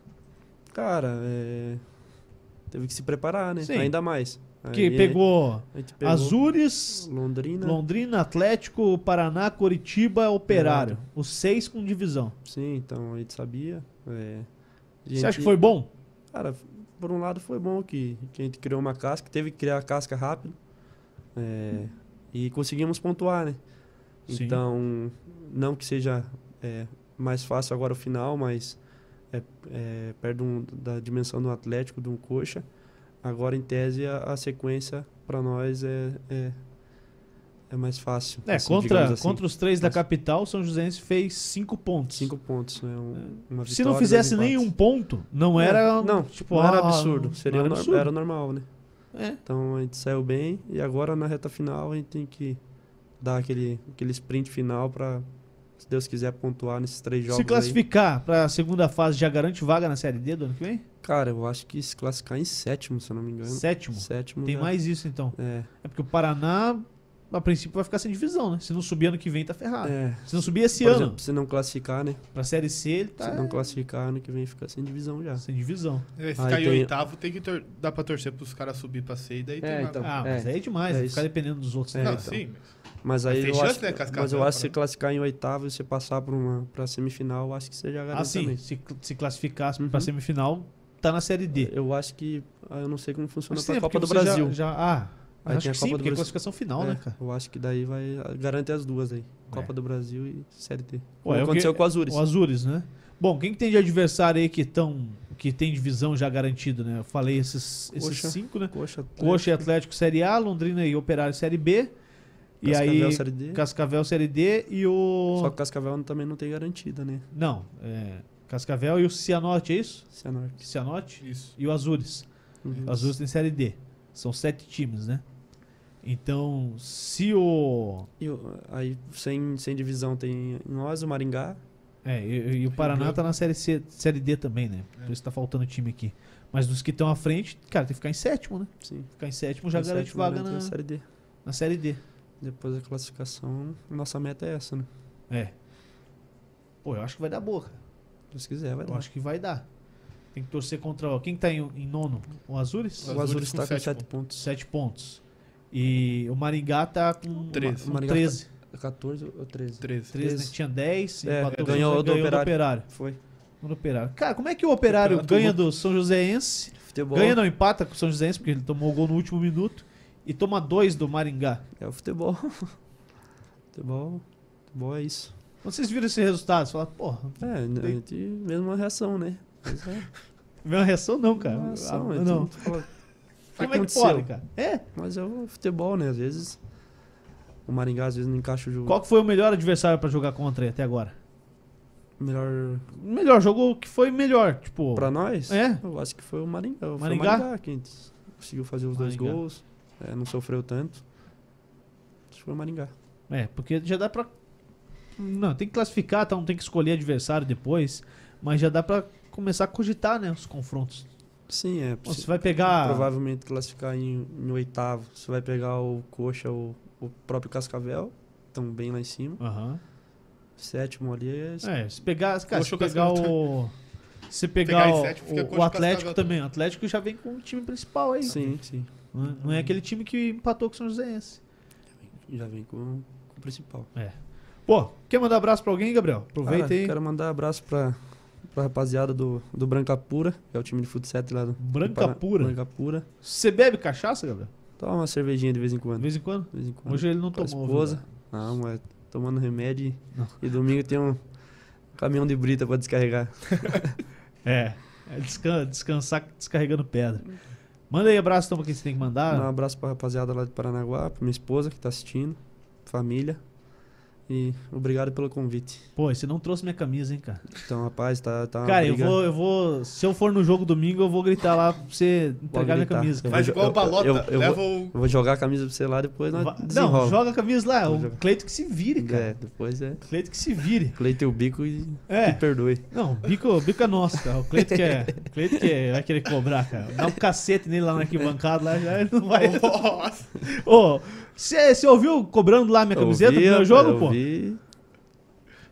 Cara, é, teve que se preparar, né?
Sim.
Ainda mais.
Que
Aí,
pegou,
a gente pegou
Azures,
Londrina.
Londrina, Atlético, Paraná, Curitiba, Operário. Os seis com divisão.
Sim, então a gente sabia. é, a
Você acha
gente-
que foi bom?
Cara, por um lado foi bom que, que a gente criou uma casca, teve que criar a casca rápido. é, e conseguimos pontuar, né?
Sim.
Então, não que seja é, mais fácil agora o final, mas é, é, perto de um- da dimensão do Atlético, de um coxa. Agora, em tese, a, a sequência para nós é, é, é mais fácil.
É,
assim,
contra,
digamos assim.
contra os três da
Nossa.
capital, o São Joséense fez cinco pontos.
Cinco pontos, né? Um- uma
É. Se não
vitória, dois
fizesse
empates. É.
nenhum ponto, não era.
Não,
tipo,
não era
ah,
absurdo.
não
Seria
era
no-
absurdo.
era normal, né?
É.
Então a gente saiu bem e agora na reta final a gente tem que dar aquele, aquele sprint final pra, se Deus quiser, pontuar nesses três jogos.
Se classificar pra segunda fase já garante vaga na Série D do ano que vem?
Aí. Cara, eu acho que se classificar em sétimo, se eu não me engano.
Sétimo.
Sétimo.
Tem
já-
mais isso então.
É,
É porque o Paraná, a princípio, vai ficar sem divisão, né? Se não subir ano que vem, tá ferrado.
é.
Se não subir esse
Por
ano
exemplo, se não classificar, né?
pra Série C, ele tá
Se não classificar, ano que vem fica sem divisão já.
sem divisão.
É, Se
Aí
cair
tem-
oitavo, tem que tor- dá pra torcer pros caras subir pra C e daí
É,
tem
então.
Ah, mas
é.
aí é demais,
É
né?
isso.
ficar dependendo dos outros.
É,
né?
Não,
então.
sim. mas-
Mas aí
Mas tem
eu
chance,
acho,
né, cascar
mas eu
fora,
acho que se
né?
classificar em oitavo e você passar pra, uma, pra semifinal, eu acho que você já garante
Ah, sim.
também.
Se, se classificar pra
Uhum.
semifinal, tá na Série D.
Eu acho que. ah, Eu não sei como funciona
Mas
pra
sim, é
Copa
porque
do
você já-
Brasil.
já- ah,
Aí
acho
tem a
que sim,
Copa do
porque é
Brasil.
classificação final,
É,
né, cara?
Eu acho que daí vai. Garante as duas aí. Copa do Brasil e Série D. Como
é o que-
aconteceu com o Azures.
O Azures, né? Bom, quem que tem de adversário aí que, tão, que tem divisão já garantido, né? Eu falei esses, esses
Coxa. É.
cinco, né?
Coxa,
Coxa e Atlético Série A, Londrina e Operário Série B. e aí,
Série D.
Cascavel Série D e o...
Só que o Cascavel também não tem garantida, né?
Não, é, Cascavel e o Cianorte, é isso?
Cianorte.
Cianorte
Isso.
e o Azures. O Azures tem Série D. São sete times, né? Então, se o...
E o- aí, sem, sem divisão, tem nós, o Maringá.
É, e, e o Paraná tá na série, C, série D também, né?
É.
Por isso tá faltando time aqui. Mas dos que estão à frente, cara, tem que ficar em sétimo, né?
Sim.
Ficar em sétimo já
Tem
garante
sétimo,
vaga
garante
na,
a Série D.
na série D.
Depois da classificação, nossa meta é essa, né?
É. Pô, eu acho que vai dar boa, cara.
Se quiser, vai
Eu
dar.
acho que vai dar. Tem que torcer contra. o- Quem que tá em, em nono? O Azures?
O Azul está com
sete
7 pontos.
Sete pontos. E o Maringá tá com
Treze.
com
O Maringá
13.
14 ou 13?
13,
13.
né?
Treze.
Tinha 10.
É,
empatou com-
ganhou do Operário. Foi.
Do operário. Cara, como é que o operário
Operário
ganha do São Joséense?
Futebol.
Ganha não, empata com o São Joséense, porque ele tomou o gol no último minuto. E toma dois do Maringá.
É o futebol. futebol. Futebol é isso.
Quando vocês viram esse resultado, vocês falaram, porra,
É, a
Tem-
gente, mesma reação, né? Mas é,
vem uma reação não, cara.
mesma reação.
Ah,
a gente
não. Como é
fala-
que
então, tá aconteceu.
pode, cara? É,
Mas é o futebol, né? Às vezes. O Maringá às vezes não encaixa o jogo.
Qual que foi o melhor adversário pra jogar contra aí até agora?
Melhor
O melhor jogo que foi melhor, tipo.
pra nós?
É?
Eu acho que foi o Maringá. foi o
Maringá?
Maringá que a gente conseguiu fazer os dois
Maringá.
gols. é, não sofreu tanto. Acho que foi o Maringá.
É, porque já dá pra. Não, tem que classificar, tá? Não tem que escolher adversário depois. Mas já dá pra começar a cogitar, né? Os confrontos.
Sim, é.
Pô, você vai pegar.
provavelmente classificar em, em oitavo. Você vai pegar o Coxa ou o próprio Cascavel, estão bem lá em cima.
Aham.
Sétimo ali é.
É, se pegar. Cara, se
Coxa
pegar
ou
o. Se
Pegar
pegar
em
o,
sétimo, fica
o-
coxa
o Atlético
cascavel.
também. O Atlético já vem com o time principal aí.
Sim, sim.
Não é- não é aquele time que empatou com o São Joséense.
Já vem com, com o principal.
Pô, quer mandar abraço pra alguém, Gabriel? Aproveita
Cara,
aí.
Quero mandar um abraço pra, pra rapaziada do, do Branca Pura, que é o time de futsal lá do. do
Branca
Paraná.
Pura?
Branca Pura.
Você bebe cachaça, Gabriel?
Toma uma cervejinha de vez em
De
quando.
vez em quando?
De vez em quando.
Hoje ele não
com a
tomou.
esposa.
viu?
Não, mas tomando remédio. e-
Não.
E domingo tem um caminhão de brita pra descarregar.
É. é descan- descansar descarregando pedra. Manda aí abraço, toma que você tem que mandar.
Mandar um abraço pra rapaziada lá de Paranaguá, pra minha esposa que tá assistindo, família. E obrigado pelo convite.
Pô, você não trouxe minha camisa, hein, cara.
Então, rapaz, tá. tá uma
cara, eu
briga.
vou, eu vou. Se eu for no jogo domingo, eu vou gritar lá pra você entregar minha
gritar.
camisa. Cara.
Faz
Eu-
igual
eu-
o Balota.
eu- eu
leva o.
Eu vou jogar a camisa pra você lá, depois nós
Va- Não,
desenrola.
joga a camisa lá. é
Vou
O
jogar.
Cleito que se vire, cara.
É, depois é.
O Cleito que se vire.
Cleite o bico e
É.
me perdoe.
Não, o bico, o bico é nosso, cara. O Cleito que, é, o Cleito que é- vai querer cobrar, cara. Dá um cacete nele lá na arquibancada, lá, já ele não vai.
Nossa.
Ô, você ouviu cobrando lá minha camiseta
Ouvi,
no meu
rapaz,
jogo, pô?
ouvi,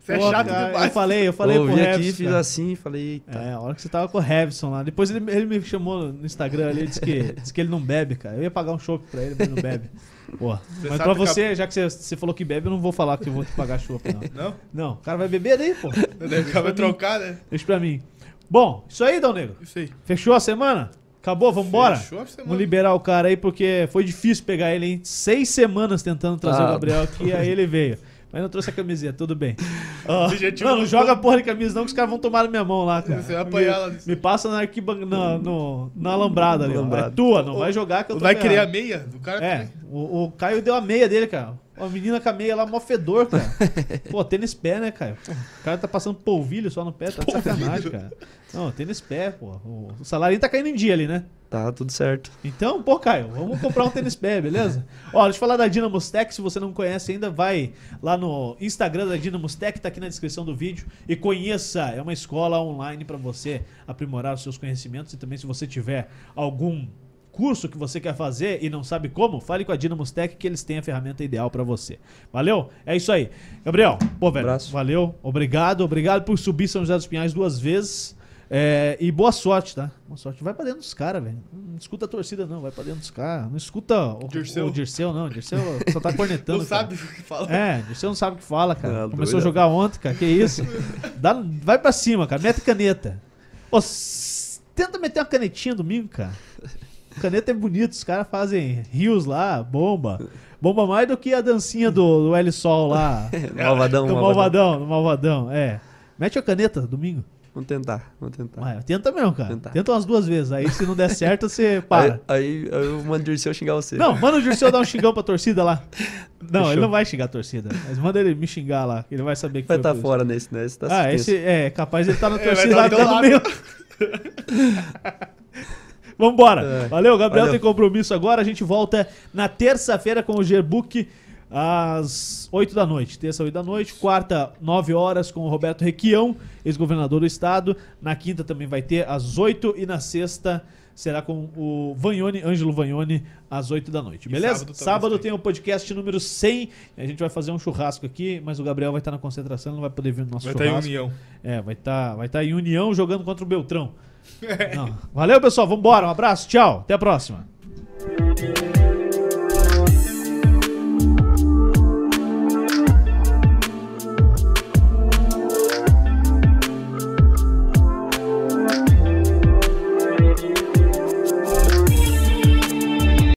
Você é
Pô,
chato
cara, Eu
demais.
falei, eu falei
ouvi
pro
aqui,
Revs,
fiz
cara.
assim, falei, eita.
É, a hora que você tava com o Revson lá. Depois ele, ele me chamou no Instagram ali, disse que, disse que ele não bebe, cara. Eu ia pagar um chopp pra ele, mas ele não bebe. Pô, mas
sabe
pra
que
você, já que você, você falou que bebe, eu não vou falar que eu vou te pagar chopp, não.
Não?
Não, o cara vai beber daí, pô.
Daí o cara vai trocar, né?
Deixa pra mim. Bom, isso aí, Dão Negro.
Isso aí.
Fechou a semana? Acabou, vambora?
Fechou a semana.
Vamos liberar o cara aí, porque foi difícil pegar ele, hein? Seis semanas tentando trazer o
Ah,
Gabriel aqui, aí ele veio. Mas não trouxe a camiseta, tudo bem. Ó,
Objetivo
não, não
do-
joga porra de camisa não, que os caras vão tomar na minha mão lá, cara.
Tipo, Você vai apanhar
Me-
lá assim. nisso.
Me passa na arquibancada, na, no- na alambrada ali, ó. É
Alambrado.
tua, não vai jogar que eu tô
Vai né? querer a
ganhando.
meia do cara? tá-
É,
também.
o, o Caio deu a meia dele, cara. A menina com a meia lá, mó fedor, cara. Pô, tênis pé, né, Caio? O cara tá passando polvilho só no pé, tá de sacanagem, cara. Não, tênis pé, pô. O, o salário tá caindo em dia ali, né?
Tá tudo certo.
Então, pô, Caio, vamos comprar um tênis pé, beleza? Ó, deixa eu falar da Dynamos Tech. Se você não conhece ainda, vai lá no Instagram da Dynamos Tech, tá aqui na descrição do vídeo. E conheça, é uma escola online para você aprimorar os seus conhecimentos. E também, se você tiver algum curso que você quer fazer e não sabe como, fale com a Dynamos Tech que eles têm a ferramenta ideal para você. Valeu? É isso aí. Gabriel, pô, velho,
Abraço.
valeu, obrigado, obrigado por subir São José dos Pinhais duas vezes. É, e boa sorte, tá? Boa sorte. Vai pra dentro dos caras, velho. Não escuta a torcida, não. Vai pra dentro dos caras. Não escuta o Dirceu,
Dirceu.
o Dirceu não. O Dirceu só tá cornetando.
Não
cara.
sabe o que fala.
É, você não sabe o que fala, cara.
Ah,
Começou a
doido.
jogar ontem, cara. Que isso? Dá, vai pra cima, cara. Mete caneta. Pô, s- tenta meter uma canetinha domingo, cara. Caneta é bonito, os caras fazem rios lá, bomba. Bomba mais do que a dancinha do, do L-Sol lá.
Malvadão,
do Malvadão, do Malvadão, é. Mete a caneta domingo.
Vamos tentar, vamos tentar.
Mas tenta mesmo, cara.
Tentar.
Tenta umas duas vezes. Aí se não der certo, você para.
Aí, aí, aí eu mando o Dirceu xingar você.
Não, manda o Dirceu dar um xingão pra torcida lá. Não, ele
Fechou.
não vai xingar a torcida. Mas manda ele me xingar lá. Ele vai saber que
Vai
foi
estar
por isso.
fora nesse, né? Esse tá
Ah,
suspenso.
esse é capaz ele tá na
É,
torcida lá
vai dar
tá
um
no meio. Vambora.
É.
Valeu, Gabriel tem
Valeu.
compromisso agora. A gente volta na terça-feira com o Gerbook às 8 da noite. Terça, 8 da noite. Quarta, 9 horas com o Roberto Requião, ex-governador do estado. Na quinta também vai ter às 8 e na sexta será com o Vanhone, Ângelo Vanhone, às 8 da noite.
E
Beleza?
sábado também
sábado
tem.
tem o podcast número 100. A gente vai fazer um churrasco aqui, mas o Gabriel vai estar na concentração, não vai poder vir no nosso
Vai um estar em
churrasco.
união.
É, vai estar vai tá em união jogando contra o Beltrão. Não. Valeu, pessoal. Vambora. Um abraço. Tchau. Até a próxima.